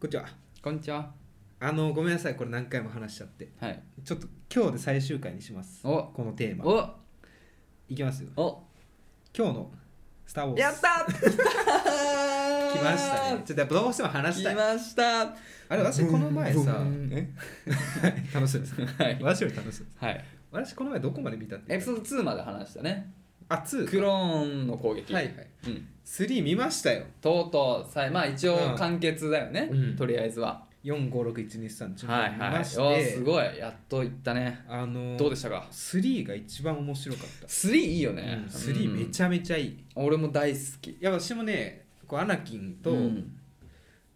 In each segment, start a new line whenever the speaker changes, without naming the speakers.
こんにちは
こんにちは。
あのごめんなさいこれ何回も話しちゃって
はい。
ちょっと今日で最終回にします
お
このテーマ
お
いきますよ
お
今日の「スター・ウォーズ」
やった
来
来
ましたねちょっとやっぱどうしても話した
来
い
ました
あれ私この前さ
え
楽しそうです
はい。
私より楽しそうです
はい。
私この前どこまで見たって言
エピ
った
ソード2まで話したね。
あ2
クローンの攻撃。
はいはい
うん。
3見ましたよ
とうとうさい、まあ一応
うん
完結だよね。
うん
とりあえずは。
456123ちょっ
はい
と見
はい。お
まして、
ーすごい。やっといったね。
あの
どうでしたか
3が一番面白かった、
?3 いいよ
う
ね
ん、。3めちゃめちゃいい、
ゃ。俺も大好き。
いや私もねこうアナキンと、
うん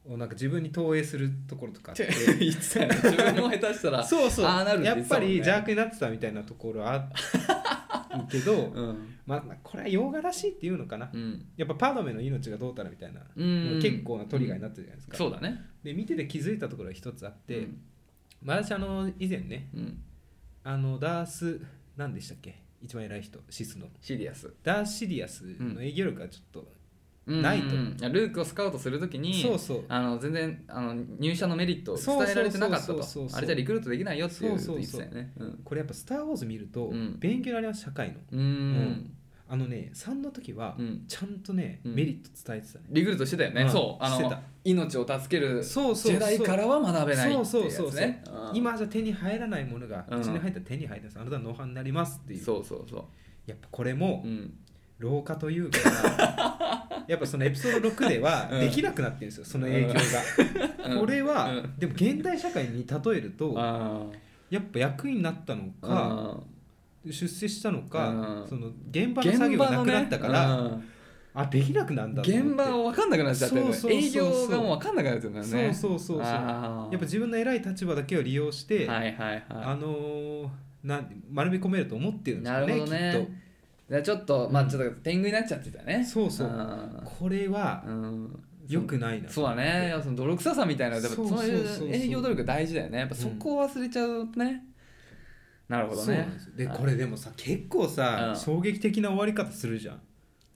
なんか自分に投影するところとかあっ
ちょ
て
言ってたよね自分も下手したら。
そうそう
ああなるって
や
言
っ
ってた
ぱ
もんね
り邪悪になってたみたいなところある けど、
うん。
まあ、まあこれは洋画らしいっていうのかな、
うん。
やっぱパドメの命がどうたらみたいな、
うん
結構なトリガーになってるじゃないですか、
そうだね。
で見てて気づいたところが一つあって、
うん
まあ私あの以前ね
うん、
あのダース何でしたっけ一番偉い人シスの
シリアス。
ダース・シディアスの営業力がちょっと、ないと
うんうんルークをスカウトするときに
そうそう
あの全然あの入社のメリットを
そうそうそう
伝えられてなかった
そう
と
そうそう
あれじゃリクルートできないよっていうこと
そうそう
言っ
そ
て
う
たよねうん
これやっぱ「スター・ウォーズ」見ると
うん
勉強になります社会の、
うーん
あのね3の時は
うん
ちゃんとね、
うん
メリット伝えてたね、
リクルートしてたよね、
うん
そうあ
して
の
た
命を助けるジ
そうそうそう
ェダイからは学べないっていうやつ
そう
ね
そうそうそう、
ん
今じゃ手に入らないものが
うん
口に入ったら手に入ったんですあなたの脳波になりますっていう
そうそうそ
やっぱこれも
う、うん、
老化と いうかやっぱそのエピソード6では
うん
できなくなってるんですよその影響が、
うん
これは、
うん
でも現代社会に例えると
あ
やっぱ役になったの
ー
か出世したのか、
うん
その現
あ
場
ー
の作業
現場
がな
の
く
ね
なったから、
うん
あできなくなんだと思って
現場を分かんなくなっちゃってるね
そうそうそうそう
営業がもう分かんなくなっちゃったよね
そうそうそうそう
あ
や
ー
っぱ自分の偉い立場だけを利用して、
はいはいはい
あのーなん丸め込めると思ってるんです
な
よ
る
ね
ほどね。じゃあちょっと、まあちょっと天狗になっちゃってたね。
そうそうきっ
ん
とこれは
うん。
良くないな
そうだね。その泥臭さみたいな、やっぱ
そう
そ
そう
う
そうそう
いう営業努力が大事だよね。やっぱそこを忘れちゃうとね。なるほど
そうな
ね
んですよ。でこれでもさ結構さ、
うん
衝撃的な終わり方するじゃん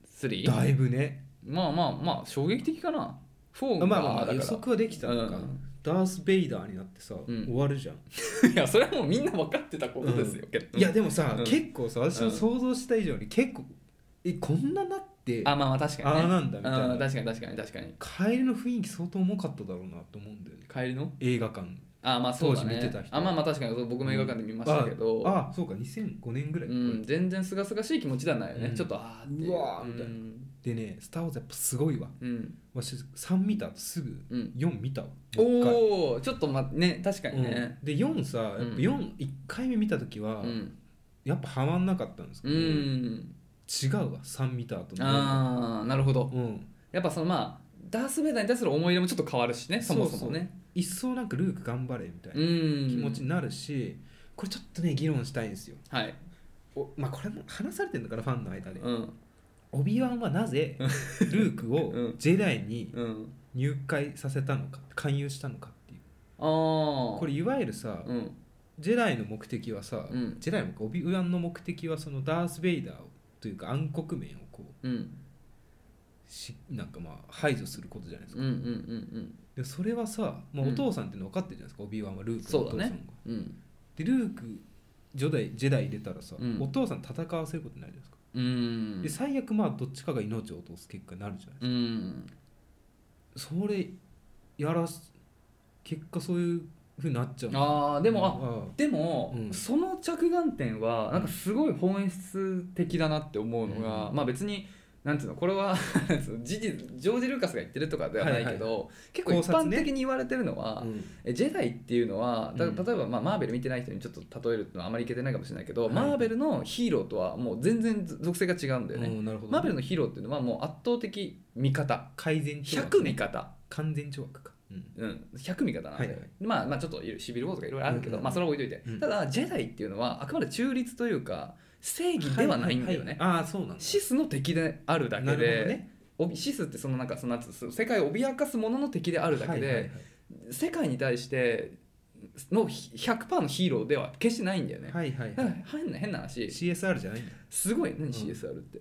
スリ
だ
ー
いぶね
まあまあまあ、衝撃的かな。フォー
まあ
が
まあま
だか
あ
ら
予測はできたのか、
うん
ダース・ベイダーになってさ、
うん
終わるじゃん
いや、それはもうみんな分かってたことですよ。けど
いやでもさ、
うん
結構さ私の想像した以上に結構えこんななって
あ、まあまあ確かにね。
あなんだみたいな
うん確かに確かに確かに。
カエルの雰囲気相当重かっただろうなと思うんだよね
帰りの
映画館
あ、まあそうだね。
当時見てた人
あ、まあまあ確かにそう、僕も映画館で見ましたけど。
ああそうか2005年ぐらい、
うん、全然すがすがしい気持ちではないよね、
うん
ちょっとあーっていう
うわーみたいな
うん
でね「スター・ウォーズ」やっぱすごいわ
うん
私3見た後すぐ
うん
4見たわもう一回
おおちょっとまね確かにね
うんで4さやっぱ
うん
41回目見た時
う
は、
ん、
やっぱハマんなかったんです
う
けど、
ん
違うわ3見た後の
ああなるほど
うん
やっぱそのまあダース・ベイダーに対する思い入れもちょっと変わるしねそもそもね
一層なんかルーク頑張れみたいうなん気持ちになるし、これちょっとね議論したいんですよ
はい、
おまあこれも話されてるのかなファンの間で、
うん
オビワンはなぜルーク
う
を
ん
ジェダイに
うん、
入会させたのか勧誘したのかっていう
ああ
これいわゆるさ、
うん
ジェダイの目的はさ、
うん
ジェダイもオビワンの目的はそのダース・ベイダーをというか暗黒面をこう
うん
しなんかまあ排除することじゃないです
う
か、
んうんうん
でそれはさ、まあ、
う
お
ん
父さんっていうの分かってるじゃないですか、オビワンはルークの
そ
お
う
父
だ
さんが、
ねうん
でルークジョダイジェダイ入れたらさ、
うん
お父さん戦わせることになるじゃないですか、
うん
で最悪まあどっちかが命を落とす結果になるじゃない
うん
それやらす結果そういうふうになっちゃう
ああでもあでも、
うん
その着眼点はなんかすごい本質的だなって思うのが、
う
まあ別になんていうのこれは その事実ジョージ・ルーカスが言ってるとかではないけど、結構
考
一
察
般
ね
的に言われてるのは、
あうん
えジェダイっていうのはだ
うん
例えば、まあ、マーベル見てない人にちょっと例えるのはあまりいけてないかもしれないけど、
はい
マーベルのヒーローとはもう全然属性が違うんだよね。
うんなるほど
マーベルのヒーローっていうのはもう圧倒的味方
改善懲悪
100味方
完全懲悪か、うん
うん、100味方なんで、
はいはい
まあ、まあちょっとシビルウォーズがいろいろあるけど、
うんうん
まあそれは置いといて、
うん
ただジェダイっていうのはあくまで中立というか正義ではないんだよね、
はははああそうなんだ
シスの敵であるだ
な
け
るほど
で、
ね
おシスってそのなんかそのなんつうの世界を脅かすものの敵であるだけで、
はいはいはい
世界に対してのひ100%のヒーローでは決してないんだよね、
はいはい
だ
は
から
い
変な変な話
CSR じゃないんだ
すごい何
ん
CSR って、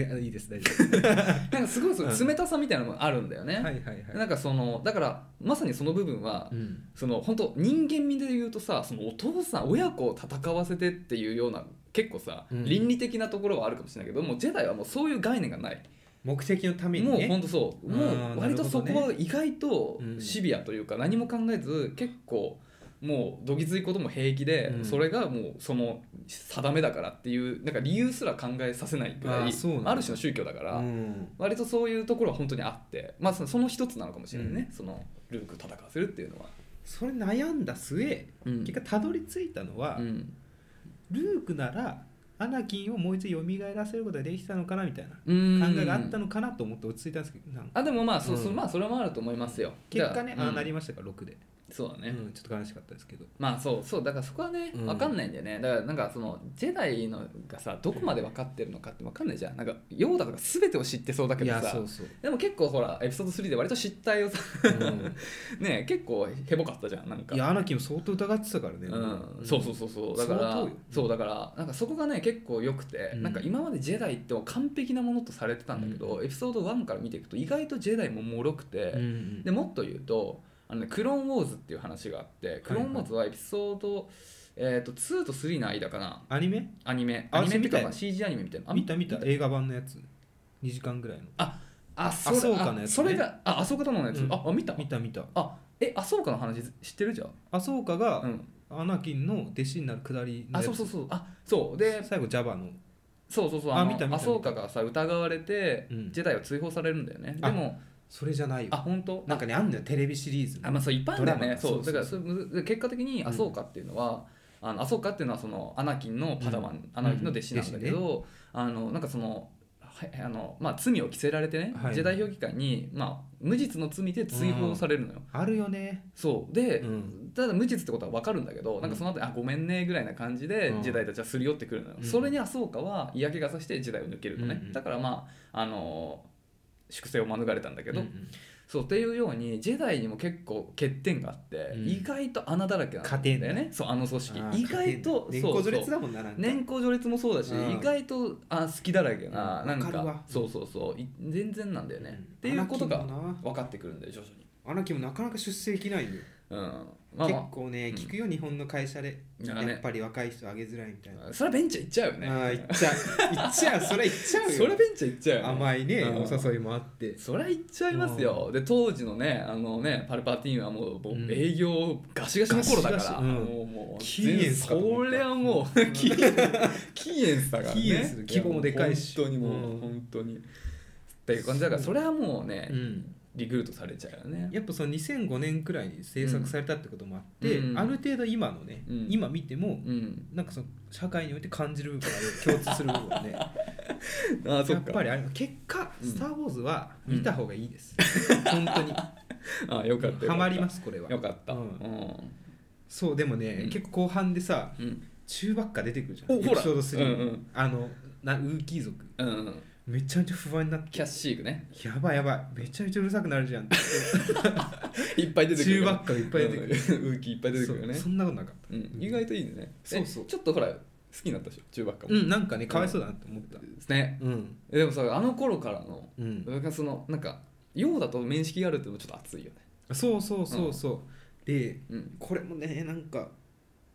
いやいいです大丈夫
なんかすごいそう
うん
冷たさみたいなのもあるんだよね、
はいはいはい
なんかそのだからまさにその部分は、
うん
その本当人間味で言うとさそのお父さん親子を戦わせてっていうような結構さ、
うん
倫理的なところはあるかもしれないけどもうジェダイはもうそういう概念がない
目的のために
もう
ね
本当そうも
あー
う割と
なる
そ
ほどね
こは意外と
うん
シビアというか何も考えず結構もうどぎついことも平気で
うん
それがもうその定めだからっていうなんか理由すら考えさせないぐら
あ
い
ーそうなんだ
ある種の宗教だから
うん
割とそういうところは本当にあってまあそその一つなのかもしれないねそのルーク戦わせるっていうのは。
それ悩んだ末
うん
結果たどり着いたのは、
うん
ルークならアナキンをもう一度蘇らせることができたのかなみたいな
うーん
考えがあったのかなと思って落ち着いたんですけどなんか
あでもまあそううんそまあそれもあると思いますよ
結果ね
だから
ああなり
うん
ましたから6で、
そうだね、
うんちょっと悲しかったですけど
まあそうそうだからそこはね
うん
分かんないんだよね、だからなんかそのジェダイのがさどこまで分かってるのかって分かんないじゃんなんかヨーダとか全てを知ってそうだけ
い
ど
や
さ
そう そう、
でも結構ほらエピソード3で割と失態をさ
うん
ね結構ヘボかったじゃんなんか
いやアナキンも相当疑ってたからね、
うん、そうそうそうそうだから
相当よ
そうだからなんかそこがね結構良くて、
うん
なんか今までジェダイって完璧なものとされてたんだけど、エピソード1から見ていくと意外とジェダイも脆くて、
うんうん
でもっと言うとあの、ね「クローンウォーズ」っていう話があって「クローンウォーズ」はエピソード、えー、と2と3の間かな
アニメ
アニメ
あ
アニメってい
それ見
うか
たよ
まあ CG アニメみたいな
見た見た映画版のやつ2時間ぐらいの
あそ
あそうう
か
か
の
の
や
や
つ、
つ
ね、
ね
それがああそうかとのやつ、
うん
ああ見た
見た見た
あえあそうかの話知ってるじゃん、
アソーカが
うん、
アナキンの弟子になるくだりのや
あ
つ
そうそうそうあそうで
最後ジャバの
そうそうそう
あ
の
見た見た
アソーカがさ疑われて、
うん
ジェダイを追放されるんだよねで
あ
も
それじゃないよ
あ本当
なんかねあんだよテレビシリーズの
あまあそういっぱいあるんだよ
ドラ
ね
マ
そう
そうそう
だからそれむず結果的に
うん
アソーカっていうのは、あのアソーカっていうのはそのアナキンのパダワン、アナキンの弟子なんだけど、あのなんかそのはいあのまあ、罪を着せられてね、
はい
ジェダイ評議会に、まあ、無実の罪で追放されるのよ。
あるよね
そうで、
うん
ただ無実ってことは分かるんだけど、なんかその後あごめんね」ぐらいな感じで、
うん
ジェダイたちはすり寄ってくるのよ、
うん
それにアソーカは嫌気がさしてジェダイを抜けるのね、
うんうん
だからまああの粛清を免れたんだけど、
うんうん
そうっていうようにジェダイにも結構欠点があって、
うん
意外と穴だらけなんだ
家
よ
庭
ねそうあの組織
あー
意外と
年
そう
功序列
そ
だ
う
もんななんか
年功序列もそうだし、
うん
意外とあ好きだらけな、
うん
なん
わかるわ
そうそうそうい全然なんだよね、
ん
っていうこと
アナ
が
キンもな
分かってくるんだよ徐々に、
アナキンもなかなか出世できないよ
うん、まあ
結
ま
構ね
うん
聞くよ日本の会社で
だ
や
からね
っぱり若い人あげづらいみたいな
あそれはベンチャー行っちゃうよね
ああいっちゃういっちゃうそれいっちゃうよ
それベンチャー行っちゃうよ、ね、
甘いね
うん
お誘いもあって
そりゃ行っちゃいますよ、で当時のねあのねパルパティーンはもうもう
うん
営業ガシガシの頃だか
ガ
ら
シガシうん
もうもう
キーエンスかと思
そ
った
りゃもう キーキーエンスだから、ね、
キーエンス規模もでかいし
本当にもう、
うん
本当にっていう感じだからそれはもうね、
うん
リクルートされちゃうよね
やっぱその2005年くらいに制作されたってこともあって、
うん
ある程度今のね、
うん
今見ても
うん
なんかその社会において感じる部分がある共通する部分はね
ああそ
や
っ
っ
か
ぱりあれ結果「
うん
スター・ウォーズ」は見た方がいいです、 本
ああよか
当
っ
に
た
ハマりますすこれは
よかった
う
うんん、
そうでもね、
うん
結構後半でさ
うん、
中ばっか出てくるじゃんエ
おほ
ピ
ら
ソード3、
うんうん
あのなウーキー族
うんうん
めちゃめちゃ不安になって
キャッシークね
やばいやばいめちゃめちゃうるさくなるじゃんって
いっぱい出てく
中
るよ
ば
ね
っかいっぱい出てくる、
うん ウーキーいっぱい出てくるよね
そうそんなことなかった
うん、意外といいね、
そうそう
えちょっとほら好きになったでしょ中ばっかも、
うんなんかねかわいそうだなって思った
ね
うん
えでもさあの頃からの
うん
なんかそのなんかヨーダと面識があるってのもちょっと熱いよね
そうそうそうそう、で
うん
これもねなんか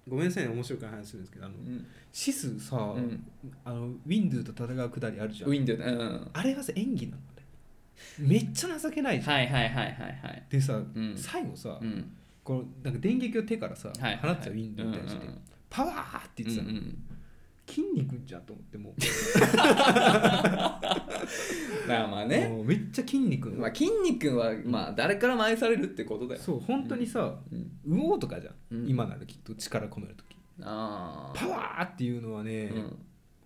ごめんなさいね面白くない話するんですけどあの
うん、
シスさ、
うん、
あのウィンドゥと戦うくだりあるじゃ
ウ
ん
ィンドウねうん
あれはさ演技なのあれめっちゃ情けないじゃん、
はいはいはいはいはい
でさ、
ん
最後さ、
うん
このなんか電撃を手からさ、
はい
放ってたウィンドウに対して、
うんうんうん
パワーって言って
う
さ、
んうん
筋肉じゃんと思っても
まあまあ
う、
ね、
もうめっちゃ筋肉の、
まあ、筋肉はまあ誰からも愛されるってことだよ、
そう本当にさ、
うん、
右往とかじゃん、
うん
今ならきっと力込める時
あ
パワーっていうのはね、
ー、うん、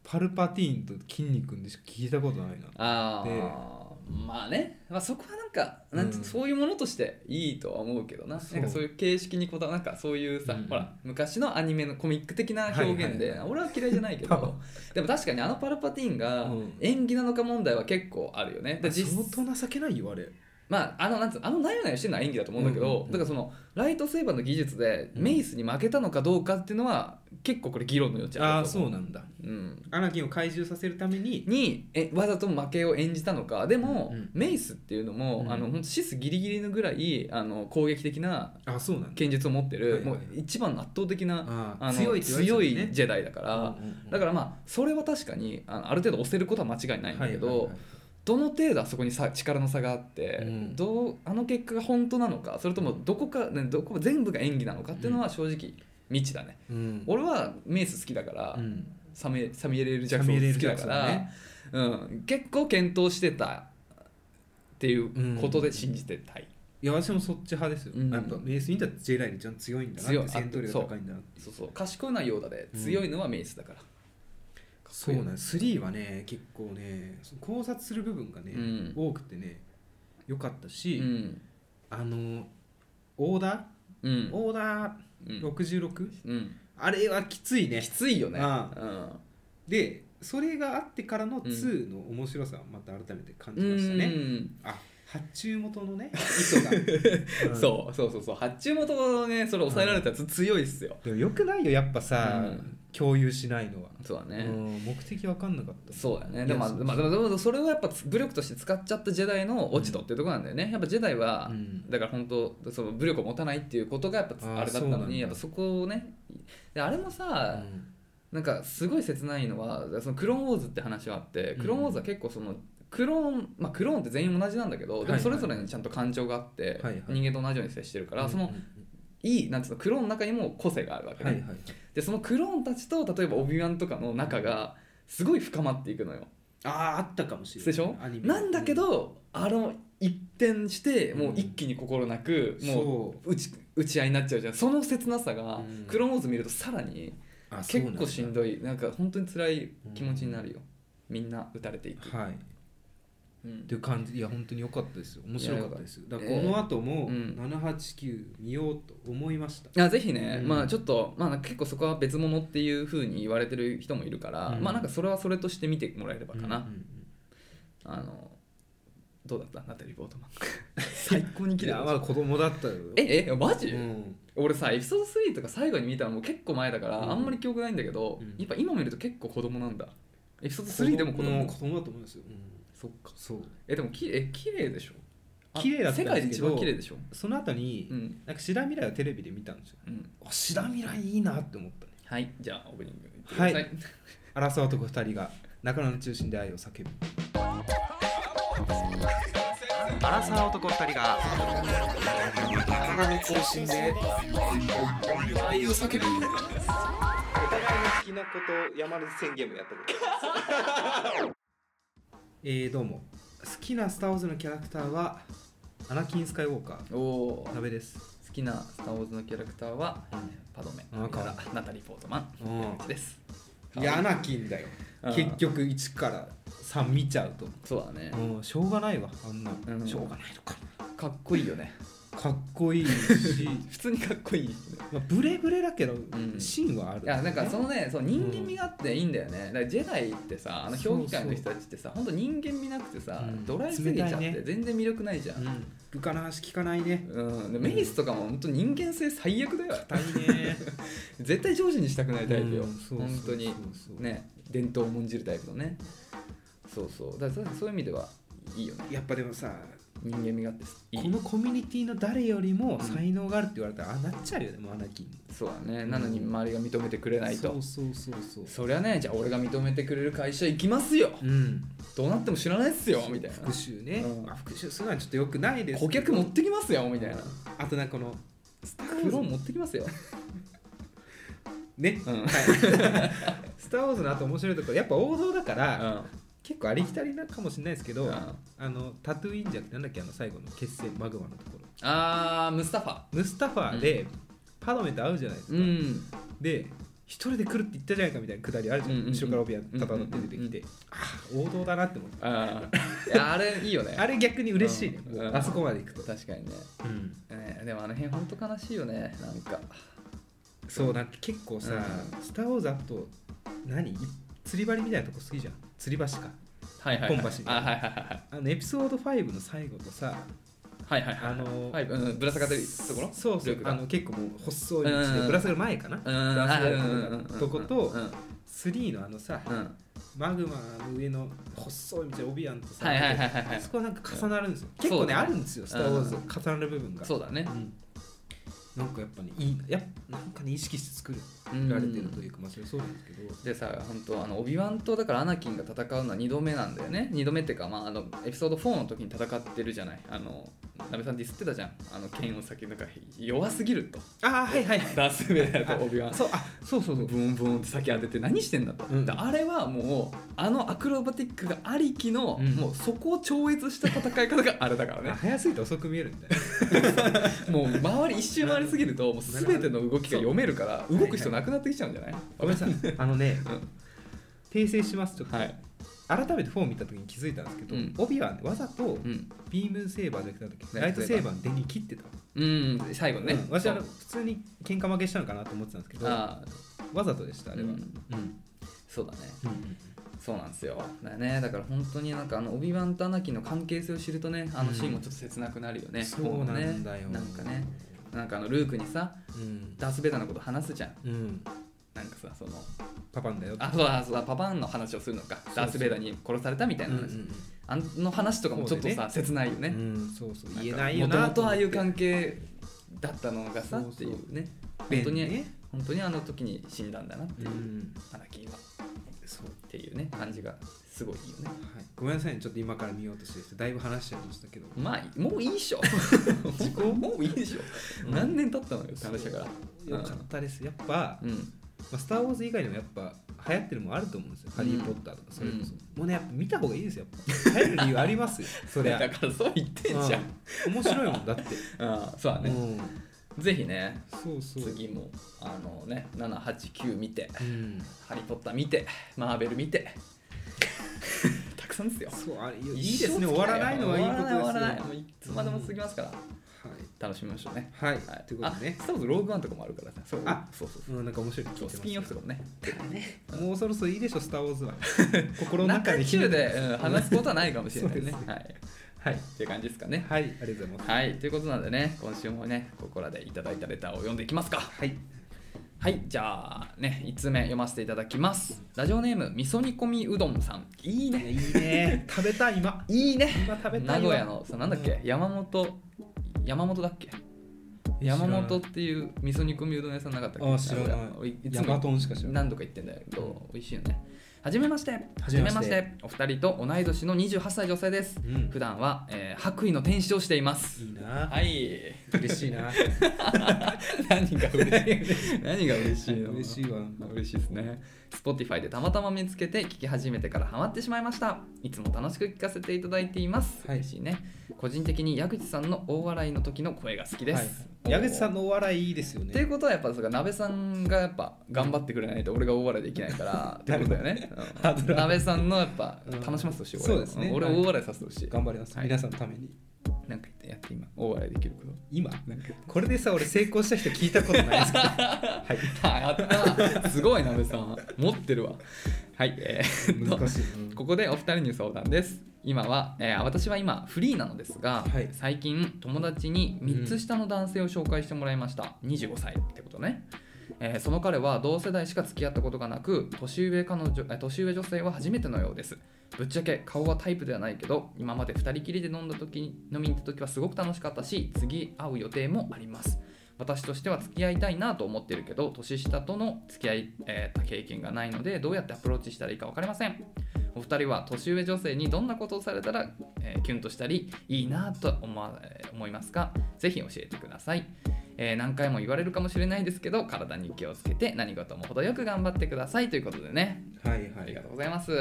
パルパティーンと筋肉でしか聞いたことないな
あ
で
あまあね、まあ、そこはなんかなんて、
うん
そういうものとしていいとは思うけどな
そう
なんかそういう形式にこだわなんかそういうさ、
うん
ほら昔のアニメのコミック的な表現で、
はいはいは
俺は嫌いじゃないけ
パワ
どでも確かにあのパルパティーンが
うん
演技なのか問題は結構あるよね、で
相
実
当情けないよあれ
まああのなんつうのあのなよなよしてるのは演技だと思うんだけど、
うんうんうん
だからそのライトセーバーの技術で
うん
メイスに負けたのかどうかっていうのは結構これ議論の余地
あ
あ
あ
ると思
そううなんだ
う、うん、
アナキンを怪獣させるために
にえわざと負けを演じたのかでも、
うんうん
メイスっていうのも、
うん
あのほんとシスギリギリのぐらいあの攻撃的な
あそうなんだ
剣術を持ってる、
はいはい
もう一番の圧倒的な
あ
あ
あ
の
強いって言われてた
強
もん
い
ね
ジェダイだから、
うんうんうん
だからまあそれは確かにあのある程度押せることは間違いないんだけど、
はいはいはい
どの程度あそこにさ力の差があって、
うん
どうあの結果が本当なのかそれともどこか、ね、どこ全部が演技なのかっていうのは正直未知だね、
うん
俺はメイス好きだから、
うん
サミサミュエル・エル・ジャクソ
サミュエル
ン
エル
好き
ジ
だ
ャクソ
か
ン
ら、
ね
うん、結構検討してたっていうことで信じてたい、
いや私もそっち派ですよ、
うん
やっぱメイス・ウィンターってジェダイに一番強いんだなっ
強い
て戦闘力が高いんだなって
そうそう賢いのはヨーダで
うん
強いのはメイスだから、
そうなん
ん
です3はね結構ねその考察する部分がね、
うん
多くてね良かった
う
し、
ん
あのオーダ
うん
ー、オーダ
う
ー
ん、
66、
うん、
あれはきついね
きついよね
あ
うん
でそれがあってからの
ん
2の面白さをまた改めて感じ
う
ましたね、
ん
あ発注元のね糸 が、うん
そうそうそうそう発注元のねそれ抑えられたやつ強いっすよ、
でもよくないよやっぱさ、
うん
共有しないのは、
そうだね、
うん目的分かんなかった
そうだね
い
で
や
もまあ
そう
まあでもでもそれをやっぱ武力として使っちゃったジェダイの落ち度っていうところなんだよね、やっぱジェダイは、
うん
だから本当その武力を持たないっていうことがやっぱ
あー
あれだった
そう
の
なんだ
にやっぱそこをねであれもさ、
うん
なんかすごい切ないのはそのクローンウォーズって話はあってクローンウォーズは結構そのクローン、まあ、クローンって全員同じなんだけ
は
どで
いは
も
い
それぞれにちゃんと感情があって、
はいはい
人間と同じように接してるから、そ
うん
のいいなんつうのクローンの中にも個性があるわけね、
はいはいはい
でそのクローンたちと例えばオビワンとかの仲がすごい深まっていくのよ
あああったかもしれない
でしょ
アニメ
なんだけどあの一転してもう一気に心なく
うん
もう
そう
打ち打ち合いになっちゃうじゃんその切なさが
うん
クローンウォーズ見るとさらに
あ
結構しん
い
どいなんか本当に辛い気持ちになるよみんな打たれていく、
はいっ
うん
ていう感じいや本当に良かったですよ面白かったですよだからこ
ええ
の後も
うん
789見ようと思いました
あぜひね、
うん
まあちょっと、まあ、結構そこは別物っていうふうに言われてる人もいるから、
うん
まあなんかそれはそれとして見てもらえればかな、
うんうんうん
あのどうだったナタリー・ポートマン 最高に綺
い
麗
や
だっ
ま
た
だ子供だったよ
ええマジ、
うん
俺さエピソード3とか最後に見たのもう結構前だから、
うん
あんまり記憶ないんだけど、
うん
やっぱ今見ると結構子供なんだエピソード3でも子供
うん子供だと思いますようん
そっか
そう
えでもきえ綺麗でしょあ
綺麗だったん
世
ですけど
界で一番綺麗でしょ
その後に
うん、
なんかシダ未来をテレビで見たんですよ
うん、
あシダ未来いいなって思ったね
はいじゃあオープニングいってください
はい争う男二人が仲間の中心で愛を叫ぶ
アラサー男2人が体の中心で愛を叫ぶ
お互いの好きなことを山根宣言もやったこと えー、どうも好きな「スター・ウォーズ」のキャラクターはアナキン・スカイウォーカー
おおー
鍋です
好きな「スター・ウォーズ」のキャラクターはパドメ
あかわいい
ナタリー・ポートマン
う
です
んいやアナキンだよ
うん
結局1から3見ちゃうと
そうだね
うんしょうがないわあんな、
うん
しょうがないのか
かっこいいよね
かっこいい し、
普通にかっこいい
まあ、ブレブレだけど、
ん
芯はある、
いやなんかそのねそう人間味があっていいんだよね、だからジェダイってさあの評議会の人たちってさ本当人間味なくてさ、
うん
ドライすぎちゃって、
冷たいね
全然魅力ないじゃ、
うんんルカの話聞かないね
うんでメイスとかも本当人間性最悪だよ
硬いね
絶対上司にしたくないタイプよ、
うんそうそうそう
本当にね伝統を重んじるタイプのねそうそうだからそうそういう意味ではいいよね
やっぱでもさ
人間味があってい
こ
い
のコミュニティの誰よりも才能があるって言われたら、ああなっちゃうよねもうアナキン
そうだねなのに周りが認めてくれないと、
そうそうそうそう
そりゃねじゃあ俺が認めてくれる会社行きますよ
うん
どうなっても知らないっすよみたいな
復讐ね、
うん
まあ、復讐するのはちょっとよくないです
顧
け
客
ど
持ってきますよみたいな
あとなんかこのスター・ウォ
クロ
ー
ーン
ズ
持ってきますよ
ね、
うん
はい スター・ウォーズの後面白いところやっぱ王道だから、結構ありきたりなかもしれないですけど、
あ
あのタトゥーインじゃなくてなんだっけあの最後の血清マグマのところ
あームスタファ
ムスタファーでパドメと会うじゃないですか、
うん
で一人で来るって言ったじゃないかみたいなくだりあるじゃん,、
うんうんうん
後ろからオビアンタタタって出てきて、
う
ああ王道だなって思って
あーいやあれいいよね
あれ逆に嬉しいね、
うん
もうあそこまで行くと、
確かにねねでもあの辺ほんと悲しいよねなんか
そうなんか結構さ、
う
スター・ウォーズ」あと何釣り針みたいなとこ好きじゃん釣り橋か
はいはい、はい、
ポンパシー
あはいはいはいはい
あのエピソード5の最後とさ
はいはいはい
あの
はいうんぶら下がってるところ
そうそ
ル
う
ークが
あの結構もう細い道
うんうんう
で
ん
ぶら下がる前かな
うんうん
ラスボ
うん
ー
うんうん
ルのとこと
うん
3のあのさ
うん
マグマの上の細い道でオビアンとさ
はいはいはいはいはい
そこはなんか重なるんですよ結構
そう
ね
だね
あるんですよ「スター・ウォーズ」重なる部分が
そうだね
うんなんかやっぱねいいやっぱなんかね意識して作
うん
られてるというかまあそれそうなんですけど
でさ本当あのオビワンとだからアナキンが戦うのは2度目なんだよね2度目っていうか、まあ、あのエピソード4の時に戦ってるじゃないあのナベさんディスってたじゃんあの剣を先なんか弱すぎると
ああはいはい
ダース・ベイダーとオビワン
そうあ
そうそうそうブンブンって先当てて何してんだと、
うん
であれはもうあのアクロバティックがありきの、
うん
もうそこを超越した戦い方があれだから ね
あ早すぎて遅く見えるみたい な
もう周り一周回りすぎるともう全ての動きが読めるから
そう
動く人なくなってきちゃうんじゃない
ごめんなさいあのね
うん
訂正しますちょっと
はい、
改めてフォー見た時に気づいたんですけど、
うん
オビはねわざと
うん
ビームセーバーじゃなくて
ね
ライトセーバーの出に切ってた、
うん、最後ね、
うん私はあの
そう
普通に喧嘩負けしたのかなと思ってたんですけどわ
ああ
ざとでしたあれは、
う
うんん
そうだねそうなんですよだからねだから本当になんかあのオビワンとアナキンの関係性を知るとねあのシーンもちょっと切なくなるよね、
そうなんだよ、
もうねなんかねなんかあのルークにさ
うん、
ダース・ベイダーのこと話すじゃん
うん、
なんかさその
パパンだよ
あそうだそうだパパンの話をするのか
そう
ダース・ベイダーに殺されたみたいな話、あの話とかもちょっと
そうだ
さ、切ないよ
う
ね、
んうん、そうそう言えないよ
も
な
ともとああいう関
係
係だったのがさっていうね本当に、
ね
本当にあの時に死んだんだなって
う
いう、
ん
アナキンはっ
そう
ていうね感じがすごいいいよね
はい、ごめんなさいねちょっと今から見ようとしててだいぶ話しちゃいましたけど
まあもういい でしょ もういいでしょ、
うん
何年経ったのよって話だから
よかったですやっぱ
う、ん
まあ、スター・ウォーズ以外にもやっぱ流行ってるもんあると思うんですよ、ハリー・ポッターとかそれこそ、
うん
もうねやっぱ見た方がいいですよやっぱ流行る理由ありますよそり ゃ
だからそう言ってんじゃん、
うん面白いもんだ って、
ああそうだ
う
ね、
ん、
ぜひね
そうそう、
次もあのね789見て
うん、
「ハリー・ポッター」見て「マーベル」見て たくさんですよ
そうあれいい
一
ですね
生
終
付き合
わらないのはいいことですよ
終わらない終わらないもういつまでも続きますから、楽しみましょうね
はい、はい
はい
ということでね
あスター・ウォーズローグワンとかもあるからさそう
あ
そうそう
うん、なんか面白い
そうスピンオフとかもね
かもうそろそろいいでしょスター・ウォーズは心の中
中
で
中で、うん、話すことはないかもしれない
そ
ね
うです
はい、はい、っていう感じですかね
はいありがとうございます
はいということなんでね今週もねここらでいただいたレターを読んでいきますか
はい
はいじゃあね1通目読ませていただきますラジオネームみそ煮込みうどんさんいいね
いいね食べたい今
いいね
今食べた
名
い
古屋のそうなんだっけ、
うん
山本山本だっけ山本っていう味噌煮込みうどん屋さんなかったっけ
あ知らない
名古屋いつ
ヤマ
も
トンしか知らない
何度か行ってんだけど美味しいよねはじめましては
じめまして
お二人と同い年の28歳女性です、
うん
普段は、えー白衣の天使をしています
いいな
はい
嬉しいな
何が 嬉しい何が嬉しいの
嬉しいわ
嬉しいですね Spotify でたまたま見つけて聞き始めてからハマってしまいましたいつも楽しく聞かせていただいています、
はい
嬉しいね個人的に矢口さんの大笑いの時の声が好きです、
はい、矢口さん
の
のお笑いいいですよね
っていうことはやっぱそうか鍋さんがやっぱ頑張ってくれないと俺が大笑いできないか らってことだよね
ハードル上が
う
る
ん鍋さんのやっぱ
うん
楽しませてほしい俺
そうですね
ん俺を大笑いさせてほしい、
頑張ります、
はい
皆さんのために
なんか言ってやって今大笑いできること
今
なんか
これでさ俺成功した人聞いたことないですからはい
あやったすごいなべさん持ってるわはいえー、
難しい、
とここでお二人に相談です今は、えー私は今フリーなのですが、
はい
最近友達に3つ下の男性を紹介してもらいました、25歳ってことね、えーその彼は同世代しか付き合ったことがなく年上彼女えー年上女性は初めてのようですぶっちゃけ顔はタイプではないけど今まで2人きりで飲んだ時飲みに行った時はすごく楽しかったし次会う予定もあります私としては付き合いたいなと思ってるけど年下との付き合い、えー経験がないのでどうやってアプローチしたらいいか分かりませんお二人は年上女性にどんなことをされたら、えーキュンとしたりいいなと思わえー思いますかぜひ教えてください、えー何回も言われるかもしれないですけど体に気をつけて何事も程よく頑張ってくださいということでね
はい
あ
は
りが
い
とうございます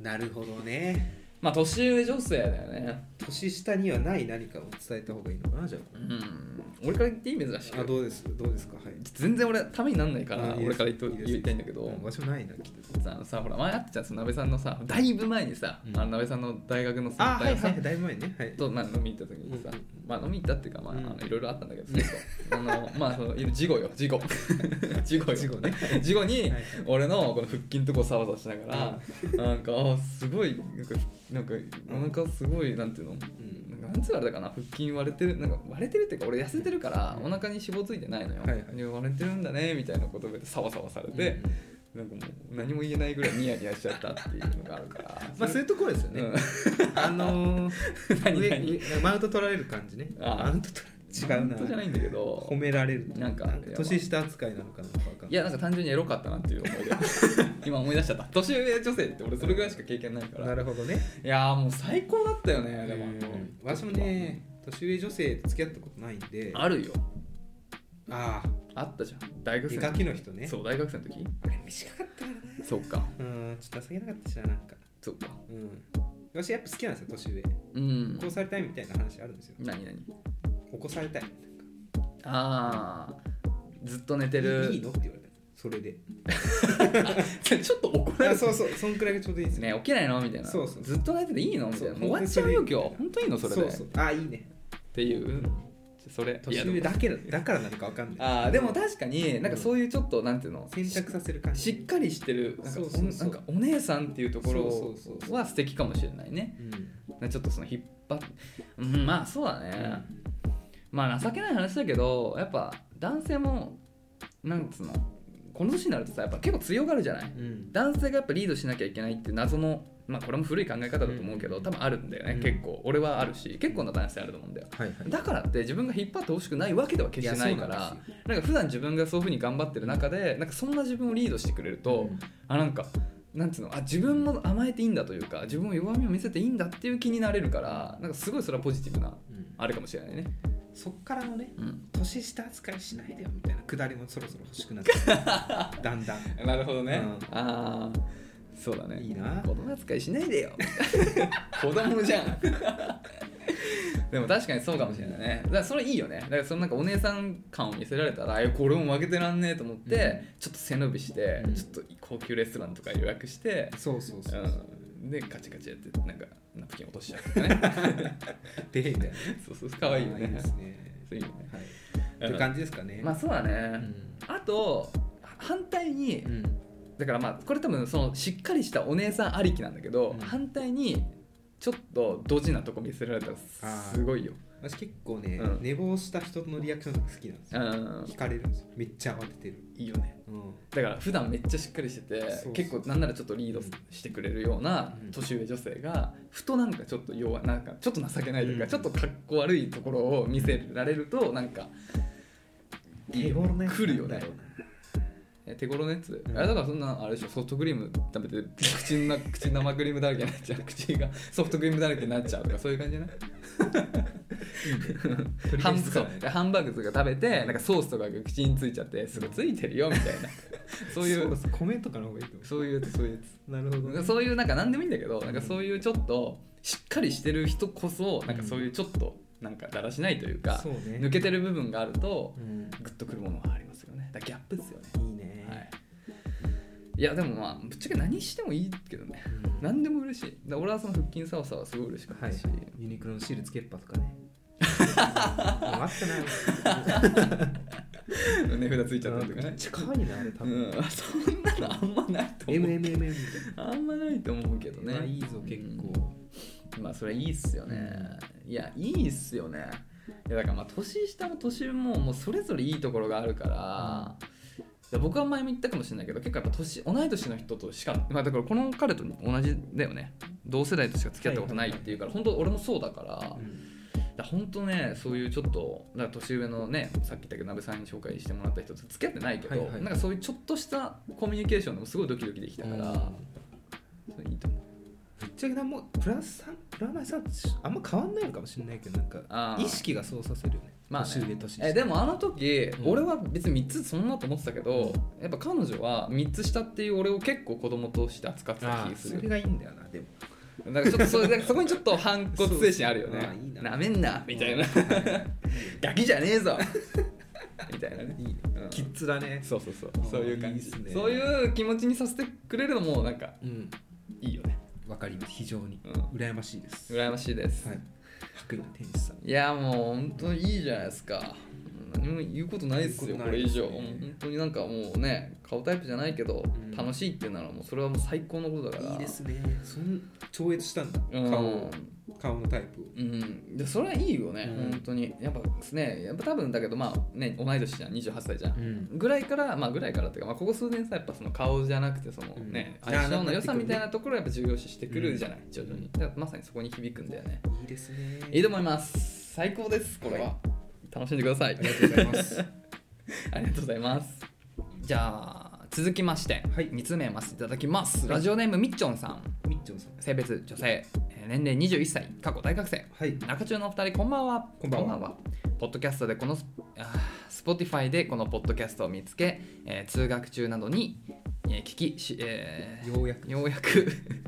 なるほどね
まあ年上女性だよね
年下にはない何かを伝えた方がいいのかなじゃ
うん俺から言っていい珍し
ああ
く
どうですどうですかはい
全然俺ためになんないから
あいいです
俺から言っと
いいです
言いたいんだけど、
うんわしもないなきっと
あのさほら前あったじゃんその鍋さんのさだいぶ前にさ、
うん
あの鍋さんの大学の先
あは
輩
い
がさ、
はいだいぶ前にねはい
と、まあ、飲み行った時にさ、
うんうん
まあ飲み行ったっていうかまあ,、
うん
あのいろいろあったんだけどそうそうあのまあその事後よ 事後事後よ
事後ね
事後に、
はい
俺のこの腹筋のとこサワサワしながら、なんかあーすごいなんかなんかお腹すごいなんていうの、
ん
なんつうあれだかな腹筋割れてるなんか割れてるっていうか俺痩せてるからお腹に脂肪ついてないのよ、
はいはい
で割れてるんだねみたいなことでサワサワされて、なんかもう何も言えないぐらいニヤニヤしちゃったっていうのがあるから
まあそういうところですよ
う
ね、
ん
あのー
何
上
何
上マウント取られる感じね
あ
マウント取られる違うな
本当じゃないんだけど
褒められる
なんか
年下扱いなのかなとかわかんない
いやなんか単純にエロかったなっていう 思い出今思い出しちゃった年上女性って俺それぐらいしか経験ないから
なるほどね
いやーもう最高だったよねでも
うん私もね年上女性と付き合ったことないんであ
あるよ
あ
あったじゃん大学
絵
生の
描
時
きの人ね
そう大学生の時
あれ短かったからな
そうか
うんちょっと情けなかったしななんか
そうか
うん私やっぱ好きなんですよ年上
うん
こうされたいみたいな話あるんですよ
何何
起こされたい
ああずっと寝て
いい
る
のって言われたそれ で
ちょっと怒られ
あ
る
そうそうそんくらいがちょうどいいですね
ね起きないのみたいな
そうそう
ずっと寝てていいのみたいな
そう
もう終わっちゃうよ
本当にそれ
今日本当いいのそれで
そうそうあいいね
っていうそれ
年上だけだだからなのかわかんない
ああーでも確かになんかそういうちょっとなんていうの
選択させる感
し
じ
っかりしてるなんか
そうそうそう
おなんかお姉さんっていうとこ
そうそうそうそう
ろは素敵かもしれないね
うん
ちょっとその引っ張って、うん、まあそうだね、まあ情けない話だけどやっぱ男性もなんつうのこの年になるとさやっぱ結構強がるじゃない
うん
男性がやっぱリードしなきゃいけないっていう謎のまあこれも古い考え方だと思うけど、多分あるんだよね、
うん
結構俺はあるし結構な男性あると思うんだよ
はいはい
だからって自分が引っ張ってほしくないわけでは決してないから
やそうなんですよ
なんか普段自分がそういうふうに頑張ってる中でなんかそんな自分をリードしてくれると、
うん
あなんかなんつうのあ自分も甘えていいんだというか自分も弱みを見せていいんだっていう気になれるからなんかすごいそれはポジティブな
うん
あれかもしれないね、
そっからのね
うん、
年下扱いしないでよみたいなくだりもそろそろ欲しくな ってきただんだん
なるほど
ね
ああそうだね
いいな
子供扱いしないでよ 子供じゃん でも確かにそうかもしれないねだからそれいいよねだからそのなんかお姉さん感を見せられたらえこれも負けてらんねえと思って、
うん
ちょっと背伸びして、
うん
ちょっと高級レストランとか予約して、
そうそうそうそう
うん、でカチカチやってなんかナプキン落としちゃうとかね
でみたいな
そうそうかわいいよ
あーいい
ね
ですね
そういいよね
はい
うん
って感じですかね
まあそうだね、
うん
あと反対に、
うん
だからまあこれ多分そのしっかりしたお姉さんありきなんだけど、
うん
反対にちょっとドジなとこ見せられたらすごいよ。
私結構ね
うん
寝坊した人のリアクションとか好きなんです
う
よ
ん
聞、かれるんですよめっちゃ慌ててる
いいよね。
うん
だから普段めっちゃしっかりしてて
そうそう
結構なんならちょっとリードしてくれるような
うん
年上女性がふとなんかちょっと弱いなんかちょっと情けないというか、
うん
ちょっとかっこ悪いところを見せられるとなんかいいよ
なやつ
来るよ
な
ね
んだろうな
え手頃のやつ、
うん
あれだからそんなあれでしょソフトクリーム食べて口の中口生クリームだらけになっちゃ う口がソフトクリームだらけになっちゃうとかそういう感じじゃないハンそうハンバーグとか食べてなんかソースとかが口についちゃってすぐついてるよみたいなそういうそう
です米とかの方がいいと思
いうやつ そういうや
うなるほどね
つそういうなんか何でもいいんだけどなんかそういうちょっとしっかりしてる人こそなんかそういうちょっとなんかだらしないというか、
そうね
抜けてる部分があると
うん
グッとくるものはありますよねだからギャップですよね
いいね
はい、いやでもまあぶっちゃけ何してもいいけどね
うん
何でも嬉しいだから俺はその腹筋サワサワすごい嬉しかっ
は
た
い
し、、
ユニクロのシールつけっぱと かね。あったな。
値札ついちゃったりとか
めっ
ね
ちゃ可愛いな、あれ多
う
分。
ん、そんなのあんまないと思う
MMM み
あんまないと思うけど
たいな。
ね
いいぞ、結構。
まあそれいいっすよねいやいいっすよねいやだからまあ年下も年上ももうそれぞれいいところがあるから、いや僕は前も言ったかもしれないけど結構やっぱ年同い年の人としか、まあ、だからこの彼と同じだよね同世代としか付き合ったことないっていうから、本当俺もそうだから,、だから本当ねそういうちょっとだから年上のねさっき言ったけど鍋さんに紹介してもらった人と付き合ってないけど、
はいはい
なんかそういうちょっとしたコミュニケーションでもすごいドキドキできたから、それいいと思う
ぶっちゃけなもうプラスさんプラマイさんあんま変わんないのかもしれないけどなん
あ
か
ー
意識がそうさせるよね。
まあね
年上年下。
えでもあの時、
うん
俺は別に3つそんなと思ってたけどやっぱ彼女は3つ下っていう俺を結構子供として扱って
あ
た気
ー
がす
それ
る
がいいんだよなでも。
なんかちょっとそれなんかそこにちょっと反骨精神あるよ
そうそうあーい
ね
いな
なめんなみたいな ガキじゃねえぞみたいなね
いいね
うん。
キッズだね。
そうそうそう
あー
そういう感じ
いいっすね
そういう気持ちにさせてくれるのもなんか
うん。
いいよね
わかります非常に
うん
羨ましいです。
羨ましいです、
はい。白衣の天使さん。
いやもう本当にいいじゃないですか何も言うことないです
言
よ
うこ
こと
な
れ
い
以
ですね
上本当になんかもうね顔タイプじゃないけど、
ん
楽しいっていうならもうそれはもう最高のことだから
いいですね。そん超越したんだ。
うん
顔を。顔のタイプを
うん、でそれはいいよね、
うん
本当にやっぱねやっぱ多分だけどまあね同い年じゃん28歳じゃん、
ん
ぐらいからまあぐらいからっていうか、まあ、ここ数年さやっぱその顔じゃなくてそのね、
うん
相性の良
あ
さ
ーなってくるね
みたいなところをやっぱ重要視してく
う
る
ん
じゃない、徐々にだからまさにそこに響くんだよね、
いいですね
いいと思います最高ですこれは、
は
楽しんでください
ありがとうございます
ありがとうございますじゃあ続きまして、
はい
2つ目読ませていただきますラジオネームみっちょんさん
みっちょんさん
性別女性えー年齢21歳過去大学生
はい
中中のお二人こんばんは
こんばんは
ポッドキャストでこのススポティファイでこのポッドキャストを見つけ、えー通学中などに、えー聞きし、えー
ようやく
ようやく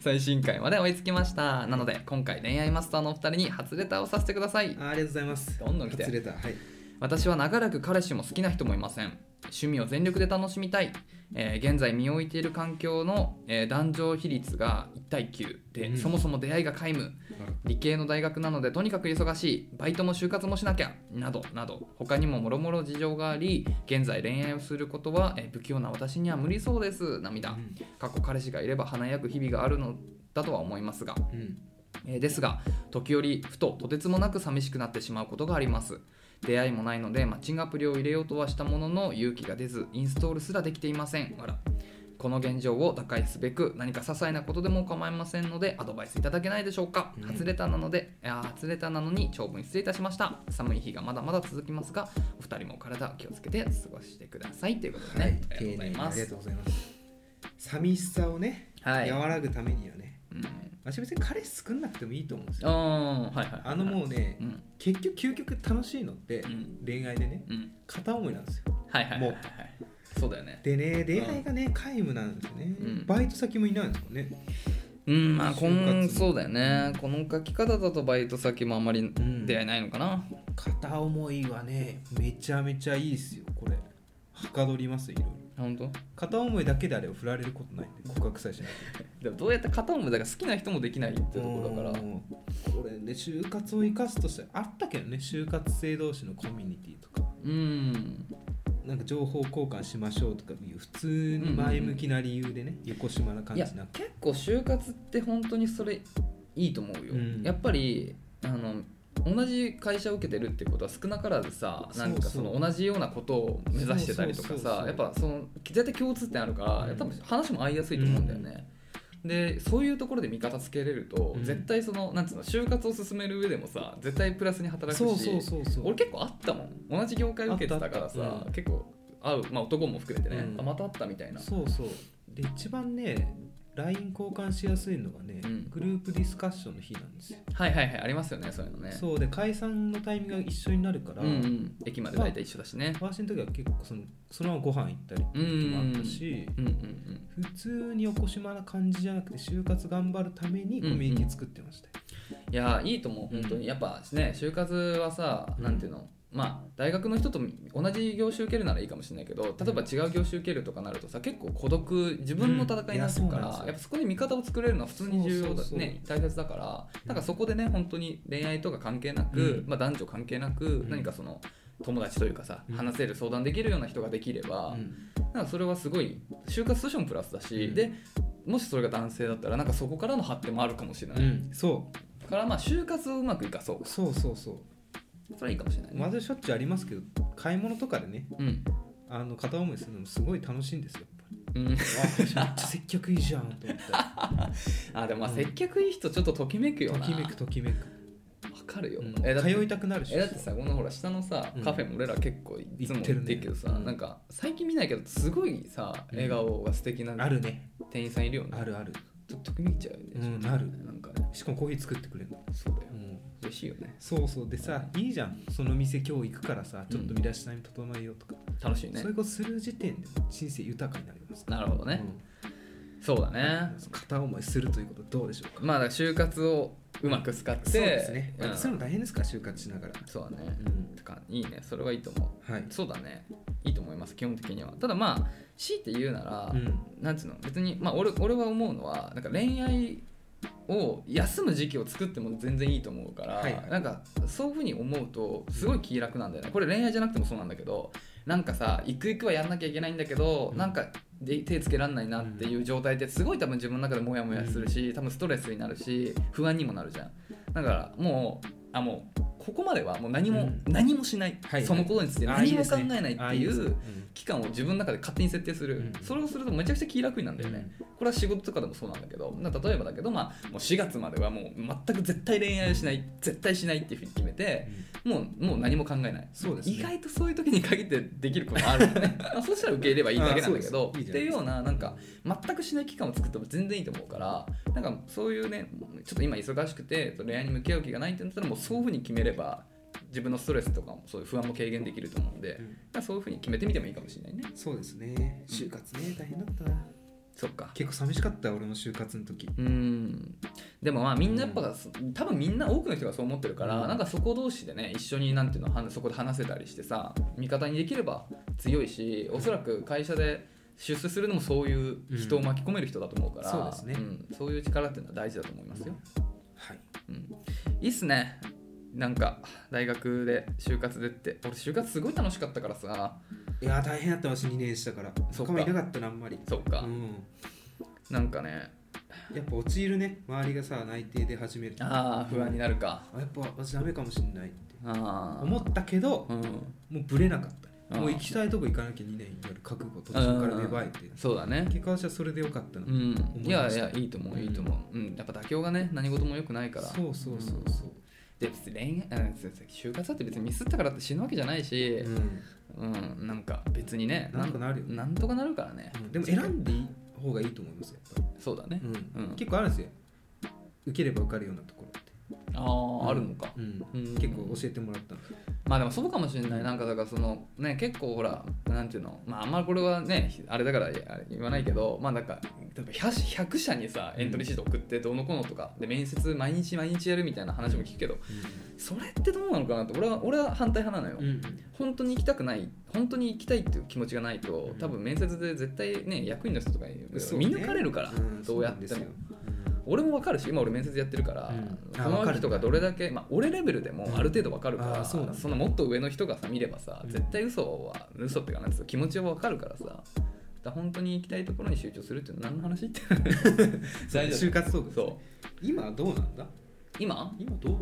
最新回まで追いつきましたなので今回恋愛マスターのお二人に初レターをさせてください
あありがとうございます
どんどん来て
初レターはい
私は長らく彼氏も好きな人もいません趣味を全力で楽しみたい、えー現在身を置いている環境の、えー男女比率が1対9で、
うん
そもそも出会いが皆無理系の大学なのでとにかく忙しいバイトも就活もしなきゃなどなど他にももろもろ事情があり現在恋愛をすることは、えー不器用な私には無理そうです涙、
うん
過去彼氏がいれば華やぐ日々があるのだとは思いますが
うん
えーですが時折ふととてつもなく寂しくなってしまうことがあります出会いもないのでマッチングアプリを入れようとはしたものの勇気が出ずインストールすらできていませんわらこの現状を打開すべく何か些細なことでも構いませんのでアドバイスいただけないでしょうか、
うん
初レターなのでいやー初レターなのに長文失礼いたしました寒い日がまだまだ続きますがお二人もお体気をつけて過ごしてくださいということでね、
はい
ありがとうござ
丁
い
寧にあり
ま
が
す
とうございます寂しさをね
はい
和らぐためにはね
うん
私別に彼氏作んなくてもいいと思うんですよ
あーはいはい
あのもうね
うん
結局究極楽しいのって
うん
恋愛でね
うん
片思いなんですよ
はいはいはいはい
も
はいそうだよね
でね出会いがね皆無なんですよね
うん
バイト先もいないんですよね
うんまあ
就
こ
活
んそうだよねこの書き方だとバイト先もあんまり
ん
出会えないのかな、
片思いはねめちゃめちゃいいですよこれはかどりますいろいろ
本当
片思いだけであれば振られることないんで告白さえしない
でもどうやって片思いだから好きな人もできないってとこだから
うんこれね就活を生かすとしてあったけどね就活生同士のコミュニティとか
うん
なんか情報交換しましょうとかいう普通に前向きな理由でね、横島な感
い
じ
や
なくて
結構就活って本当にそれいいと思うよ、
うん
やっぱりあの同じ会社を受けてるってことは少なからずさなんか
そ
そう
そう
の同じようなことを目指してたりとか
そうそうそう
さ
そう
やっぱその絶対共通点あるから、
うん
やっぱ話も合いやすいと思うんだよね、でそういうところで味方つけれると、
うん
絶対そのなんつうの就活を進める上でもさ絶対プラスに働くし
そうそうそうそう
俺結構あったもん同じ業界受けてたから
あったあっ
さ、
たうん
結構会う、まあ、男も含めてね、
うん
あまた会ったみたいな
そうそうで一番ね LINE 交換しやすいのがね、
うん
グループディスカッションの日なんですよ、
はいはいはいありますよねそういうのね
そうで解散のタイミングが一緒になるから、
うんうん、駅まで大体一緒だしね。
私の時は結構そのそのままご飯行ったりっていう時もあったし、
うんうんうん、
普通に横島な感じじゃなくて就活頑張るためにコミュニティ作ってましたよ、
いやいいと思う本当にやっぱね就活はさ
うん
なんていうのまあ大学の人と同じ業種受けるならいいかもしれないけど例えば違う業種受けるとかなるとさ結構孤独自分の戦いになってるか
うんいやそうな
ら、
んですよ
やっぱそこで味方を作れるのは普通に重要だ
そうそうそう
ね大切だからなんかそこでね本当に恋愛とか関係なく、
うん
まあ、男女関係なく、
ん
何かその友達というかさ
うん
話せる相談できるような人ができれば、なんかそれはすごい就活としてもプラスだし、
うん
でもしそれが男性だったらなんかそこからの発展もあるかもしれない、
うんそ
だからまあ就活をうまくいかそう
うそうそうそう
それはいいかもしれないね、
まずしょっちゅうありますけど買い物とかでね
うん
あの片思いするのもすごい楽しいんですよやっぱり
うん、
あめ っちゃ接客いいじゃんと思った
あでもまあ接客いい人ちょっとときめくよ
と
な
きめくときめく、
わかるよ、
うん
えだって
通いたくなるし
えだってさこのほら下のさ
うん
カフェも俺ら結構いつも
行っ
行って
るね
てるけどさ、
うん
なんか最近見ないけどすごいさ
うん
笑顔が素敵な
あるね
店員さんいるよね、
あるある
ちょっとときめいちゃうよね、
うんなる
なんかね
しかもコーヒー作ってくれるの、
そうだよ
うん、
嬉しいよね
そうそうでさいいじゃんその店今日行くからさちょっと身だしなみ整えようとか、
楽しいね
そういうことする時点でも人生豊かになります
なるほどね、そうだね
うん片思いするということどうでしょうか
まあだから就活をうまく使って
そうですね、
うん
そういうの大変ですから就活しながら、
そうだね、
ん
てかいいねそれはいいと思
はい、
うそうだねいいと思います基本的にはただまあ強いて言うなら、
うん
なんつうの別にまあ俺俺は思うのはなんか恋愛を休む時期を作っても全然いいと思うから、
はいはい
なんかそういうふうに思うとすごい気楽なんだよねこれ恋愛じゃなくてもそうなんだけどなんかさ行く行くはやんなきゃいけないんだけど、
うん
なんかで手つけられないなっていう状態ってすごい多分自分の中でモヤモヤするし、多分ストレスになるし不安にもなるじゃんだからもうあもうここまではもう何も、
うん
何もしない、
はいはい
そのことについて
あーい
何
い
も
で
考
す
え
ね
ないって
あー
い
ですね
う期間を自分の中で勝手に設定する、
うん
それをするとめちゃくちゃ気楽になるんだ
う
よ
ん
ね、これは仕事とかでもそうなんだけどな例えばだけど、まあ、もう4月まではもう全く絶対恋愛をしない、絶対しないっていうふうに決めてもうもう何も考えない
そうですね
意外とそういう時に限ってできることもあるよ ねまあそうしたら受け入れればいいだけなんだけど
あそうですいいじゃ
って
ないいうです
よ
か
うななんか全くしない期間を作っても全然いいと思うからなんかそういうねちょっと今忙しくて恋愛に向き合う気がないってなったらもうそういうふうに決めれば自分のストレスとかもそういう不安も軽減できると思うんで、
うん
まあそういうふうに決めてみてもいいかもしれないね
そうですね就活ね大変だったな
そっか
結構寂しかった俺の就活の時
うんでもまあみんなやっぱ、多分みんな多くの人がそう思ってるから、
うん
なんかそこ同士でね一緒になんていうのはそこで話せたりしてさ味方にできれば強いしおそらく会社で出世するのもそういう人を巻き込める人だと思うから、
うんそうですね
んそういう力っていうのは大事だと思いますよ、
はい
うん、いいっすねなんか大学で就活でって俺就活すごい楽しかったからさ
いやー大変だったわし2年したから
そっか
他もいなかったなあんまり
そっか、
うん
なんかね
やっぱ陥るね周りがさ内定で始めるとあ
ああ不安になるか
やっぱ私ダメかもしんないって
ああ
思ったけど
うん
もうブレなかったね
あー
もう行きたいとこ行かなきゃ2年になる覚悟途中から芽生えて
そうだね
結果私はそれでよかったな
うん、い
思いま
やい
した
やいいと思ういいと思う、うんやっぱ妥協がね何事も良くないから
そうそうそうそう
で別に恋愛あそうそう就活だって別にミスったからって死ぬわけじゃないし
う、ん
うんなんか別にね
なんとかなるよ
なんとかなるからね、
でも選んでいい方がいいと思いますよやっ
そうだね
ぱりうん
うん
結構あるんですよ受ければ受かるようなところって
ああ、
うん
あるのか
うん
うん
結構教えてもらったの
まあでもそうかもしれないなんかだからそのね結構ほらなんていうのまああんまりこれはねあれだからあれ言わないけどまあなんか例えば 100, 100社にさエントリーシート送ってどうのこうのとかで面接毎日毎日やるみたいな話も聞くけどそれってどうなのかなって俺は俺は反対派なのよ、
うん
本当に行きたくない本当に行きたいっていう気持ちがない
う
と、
ん
多分面接で絶対ね役員の人とかに
そう
見
ね
抜かれるから、
ん
どうやって
そ
も
なんですよ
俺も分かるし今俺面接やってるから、
うん
こ
あ
の
分か
人
る
とかどれだけ、まあ、俺レベルでもある程度分かるから、
あーそうなんだ
のもっと上の人がさ見ればさ、
うん
絶対嘘は嘘っていうかなんですよ気持ちは分かるからさだから本当に行きたいところに集中するっていうのは何の話って
就活トークですね
大丈夫そう
今どうなんだ
今
今どう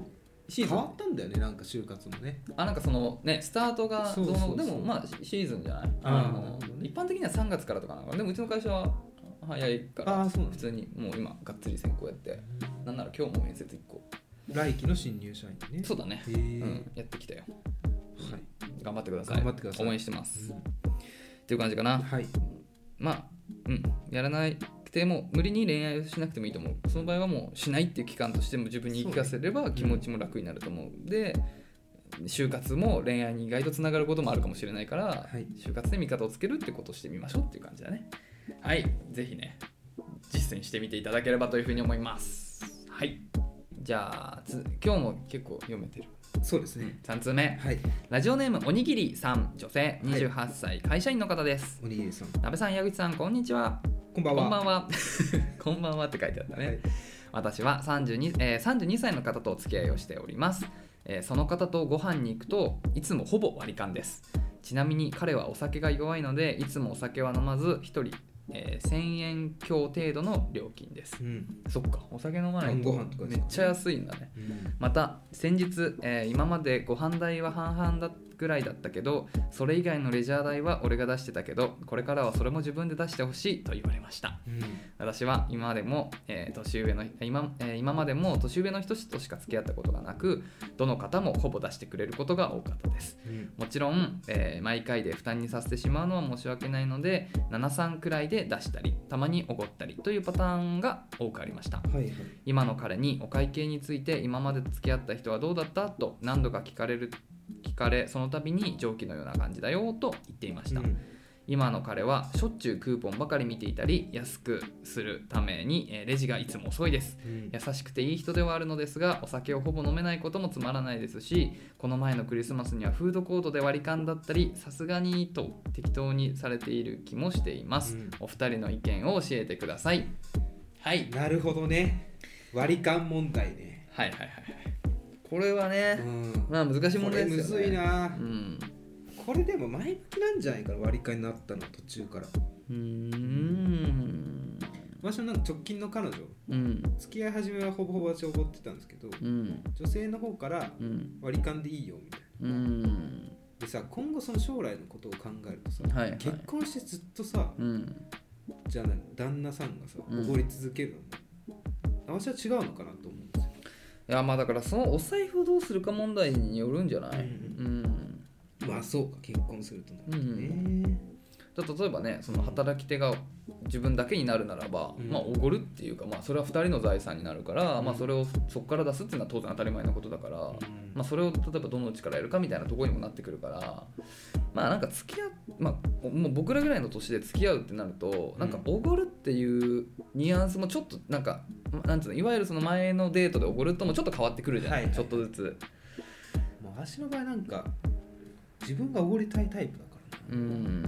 シーズ
変わ
ン
ったんだよねなんか就活もね
あなんかそのねスタートがどうの
そうそうそう
でもまあシシーズンじゃない
あー
あの
なるほどね
一般的には3月からとかなのかなでもうちの会社は早いから
ああそうなん
普
だ
通にもう今がっつり選考やってなんなら今日も面接1個
来期の新入社員ね
そうだね、
へ
う
ー
ん、やってきたよ
はい
頑張ってください
頑張ってください
応援してます、っていう感じかな
はい
まあうんやらないくても無理に恋愛をしなくてもいいと思うその場合はもうしないっていう期間としても自分に言い聞かせれば気持ちも楽になると思う、で就活も恋愛に意外とつながることもあるかもしれないから、
い
就活で味方をつけるってことをしてみましょうっていう感じだねはいぜひね実践してみていただければというふうに思いますはいじゃあつ今日も結構読めてる
そうですね
3通目
はい
ラジオネームおにぎりさん女性28歳、会社員の方です
おにぎりさん
鍋さん矢口さんこんにちは
こんばんは
こんばんは こんばんはって書いてあったね、
はい
私は 32,、えー32歳の方とお付き合いをしております、えーその方とご飯に行くといつもほぼ割り勘ですちなみに彼はお酒が弱いのでいつもお酒は飲まず1人、えー1000円強程度の料金です
うん
そっかお酒飲まない
ご飯とかです
めっ
か
ちゃ安いんだね
うん
また先日、えー今までご飯代は半々だぐらいだったけどそれ以外のレジャー代は俺が出してたけどこれからはそれも自分で出してほしいと言われました私は今までも、えー年上の今,、えー今までも年上の人としか付き合ったことがなくどの方もほぼ出してくれることが多かったです
うん
もちろん、えー毎回で負担にさせてしまうのは申し訳ないので73くらいで出したりたまにおごったりというパターンが多くありました
はいはい
今の彼にお会計について今まで付き合った人はどうだったと何度か聞かれる聞かれその度に上記のような感じだよと言っていました、
うん
今の彼はしょっちゅうクーポンばかり見ていたり安くするためにえーレジがいつも遅いです
うん
優しくていい人ではあるのですがお酒をほぼ飲めないこともつまらないですしこの前のクリスマスにはフードコートで割り勘だったりさすがにと適当にされている気もしています、
うん
お二人の意見を教えてくださいはい
なるほどね割り勘問題ね
はいはいはいはいこれはね、
うん
まあ難しい
こ
問
れ
題
む
ですよ
ず
ね
いな
うん
これでも前向きなんじゃないかな割り勘になったの途中から
うーんうん
私のなんか直近の彼女
うん
付き合い始めはほぼほぼ私怒ってたんですけど
うん
女性の方から
うん
割り勘でいいよみたいな
うん
でさ今後その将来のことを考えるとさ、
はいはい
結婚してずっとさ
うん
じゃあ何旦那さんがさ
うん
おごり続けるのも、私は違うのかなと思うんですよ
いやまあだからそのお財布をどうするか問題によるんじゃない、
う
うん
まあそうか結婚するとなるとね、
うじゃあ例えばねその働き手が自分だけになるならば、
うん
まあおごるっていうか、まあ、それは2人の財産になるから、
うん
まあ、それをそこから出すっていうのは当然当たり前のことだから、
うん
まあ、それを例えばどのうちからやるかみたいなところにもなってくるからまあなんか付き合う、まあ、もう僕らぐらいの年で付き合うってなるとなんかおごるっていうニュアンスもちょっとなんかなんつうのいわゆるその前のデートでおごるともちょっと変わってくるじゃない、
はいはい
ちょっとずつ。
まあ私の場合なんか自分がおごりたいタイプだからな
うん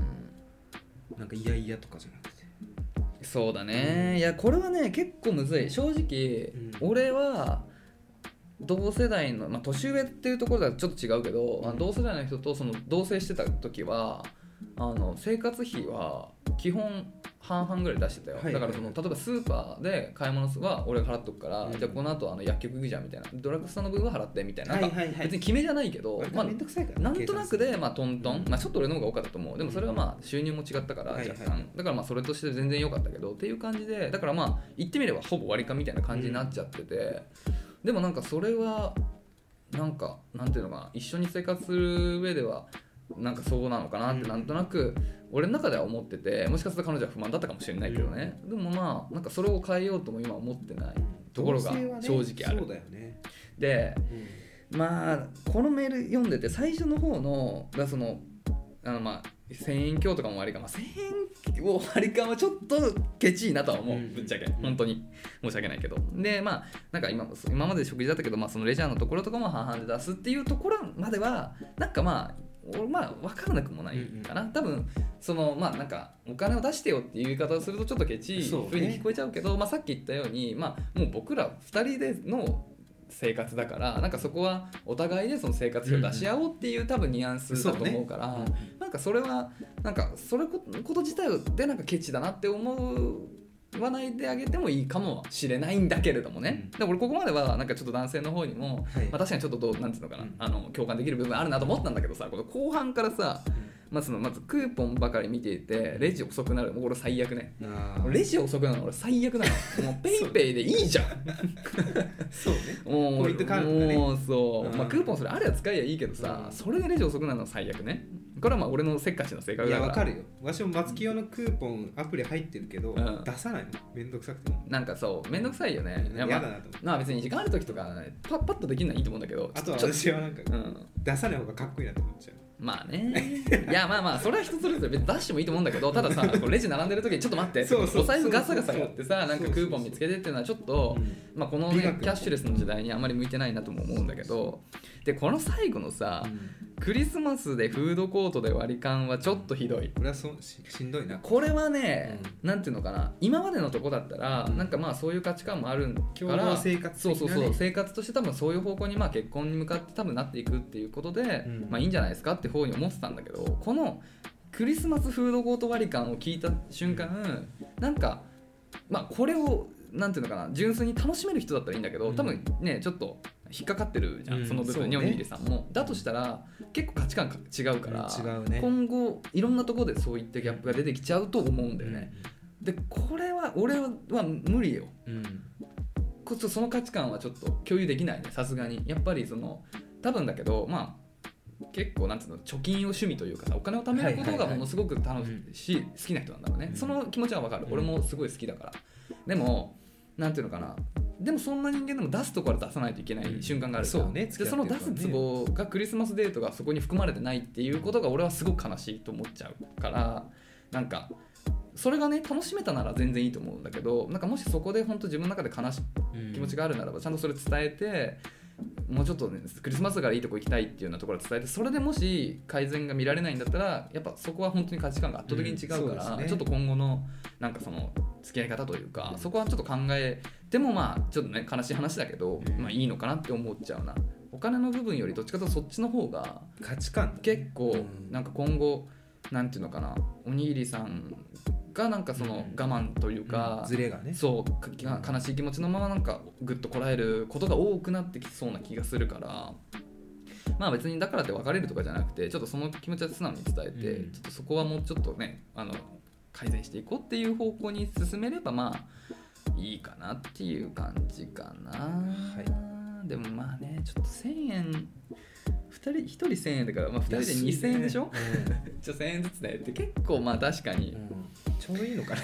なんかいやいやとかじゃなくて
そうだね、いやこれはね結構むずい正直、
うん
俺は同世代の、まあ、年上っていうところではちょっと違うけど、まあ、同世代の人とその同棲してた時はあの生活費は基本半々ぐらい出してたよ、
はいはい
だからその例えばスーパーで買い物は俺が払っとくから、
うん
じゃあこの後あの薬局行くじゃんみたいなドラッグストアの分は払ってみたいな,、
はいはいは
別に決めじゃないけど、
割と
まあ
めんどくさいからね
なんとなくで、まあ、トントン、
うん
まあ、ちょっと俺の方が多かったと思うでもそれはまあ収入も違ったから
は
若
い
干、
はい
だからまあそれとして全然良かったけどっていう感じでだからまあ言ってみればほぼ割り勘みたいな感じになっちゃってて、でもなんかそれはなんかなんていうのかな一緒に生活する上ではなんかそうなのかなって
うん
なんとなく俺の中では思っててもしかすると彼女は不満だったかもしれないけどね、でもまあなんかそれを変えようとも今は思ってないところが
同性はね
正直ある
そうだよね、
で
うん
まあこのメール読んでて最初の方のだからそのあのまあ1000円強とかも割り勘、まあ、1000円を割り勘はちょっとケチいなとは思う、
うん
ぶっちゃけ
うん
本当に申し訳ないけどでまあなんか今今まで食事だったけど、まあ、そのレジャーのところとかも半々で出すっていうところまではなんかまあ俺まあ分からなくもないかな、多分そのまあなんかお金を出してよっていう言い方をするとちょっとケチいふ
そう
う
ね
に聞こえちゃうけどまあ、さっき言ったように、まあ、もう僕ら2人での生活だからなんかそこはお互いでその生活費を出し合おうっていう多分ニュアンスだと思うから、なんかそれはなんかそれここと自体でなんかケチだなって思わないであげてもいいかもしれないんだけれどもね、
う
で俺ここまではなんかちょっと男性の方にも、
はい
まあ、確かにちょっとどうなんていうのかな、
うん
あの共感できる部分あるなと思ったんだけどさこの後半からさ、まあ、そのまずクーポンばかり見ていてレジ遅くなるもうこれ最悪ね
あー
レジ遅くなるの俺最悪なのもうペイペイでいいじゃん
そうね
もう
ポイントカードがね
もうそう、
うん
まあ、クーポンそれあれば使えばいいけどさ、
うん
それでレジ遅くなるのは最悪ねこれはまあ俺のせっかちの性格
い
だ
や
から
わかるよ私も松清のクーポンアプリ入ってるけど、
うん
出さないのめんどくさくて
なんかそうめんどくさいよね、いや
嫌
ま
だ
あ、
なと思って
まあ別に時間ある時とかパッパッとできるのはいいと思うんだけど
あとは
ちょっ
私はなんか
とうん
出さない方がかっこいいなと思っちゃう
まあねいやまあまあそれは人それぞれ別に出してもいいと思うんだけどただ さこうレジ並んでる時にちょっと待って
そうそう
お財布ガサガサやって
そ
さ
うそ
な
うん
かクーポン見つけてっていうのはちょっと、まあ、この、
美
ね
学、
キャッシュレスの時代にあまり向いてないなとも思うんだけどでこの最後のさ、
うん
クリスマスでフードコートで割り勘はちょっとひどい
俺はそうししんどいな
これはね、なんていうのかな今までのとこだったら、
うん
なんかまあそういう価値観もあるか
共
ら
同生活的
そ
な
う
ね
そうそう生活として多分そういう方向にまあ結婚に向かって多分なっていくっていうことで、
ん
まあいいんじゃないですかって方に思ってたんだけどこのクリスマスフードコート割り勘を聞いた瞬間、なんかまあこれをなんていうのかな純粋に楽しめる人だったらいいんだけど、
うん
多分ねちょっと引っかかってるじゃん、
うん
その部
そう
分
ね
におにぎりさんも。だとしたら結構価値観か違うから、
うん違うね
今後いろんなところでそういったギャップが出てきちゃうと思うんだよね、でこれは俺は無理よ
うん、
こそその価値観はちょっと共有できないねさすがにやっぱりその多分だけどまあ結構なんつうの貯金を趣味というかさお金を貯めること
はいはい
が
はい
ものすごく楽しい、好きな人なんだろうね、
うん
その気持ちはわかる、
うん
俺もすごい好きだからでもなんていうのかなでもそんな人間でも出すところは出さないといけない瞬間があるじゃん
そうね
でその出すツボがクリスマスデートがそこに含まれてないっていうことが俺はすごく悲しいと思っちゃうからなんかそれがね楽しめたなら全然いいと思うんだけどなんかもしそこで本当自分の中で悲し気持ち
が
があるならばちゃんとそれ伝えてもうちょっと、ね、クリスマスだからいいとこ行きたいっていうようなところを伝えてそれでもし改善が見られないんだったらやっぱそこは本当に価値観が圧倒的に違
うん
う
そう
か
で
ら、
すね
ちょっと今後のなんかその付き合い方というか、
うん
そこはちょっと考えてもまあちょっとね悲しい話だけど、
うん
まあいいのかなって思っちゃうなお金の部分よりどっちかというとそっちの方が
価値観だね
結構
うん
なんか今後なんていうのかなおにぎりさんがなんかその我慢というか、
ズレがね
そうかきが悲しい気持ちのままなんかぐっとこらえることが多くなってきそうな気がするからまあ別にだからって別れるとかじゃなくてちょっとその気持ちは素直に伝えて、
うん
ちょっとそこはもうちょっとねあの改善していこうっていう方向に進めればまあいいかなっていう感じかな、でもまあねちょっと1,000円2人1人1,000円だから、まあ、2人で2,000円でしょ、じゃあ1,000円ずつねって結構まあ確かに
うんちょうどいいのかな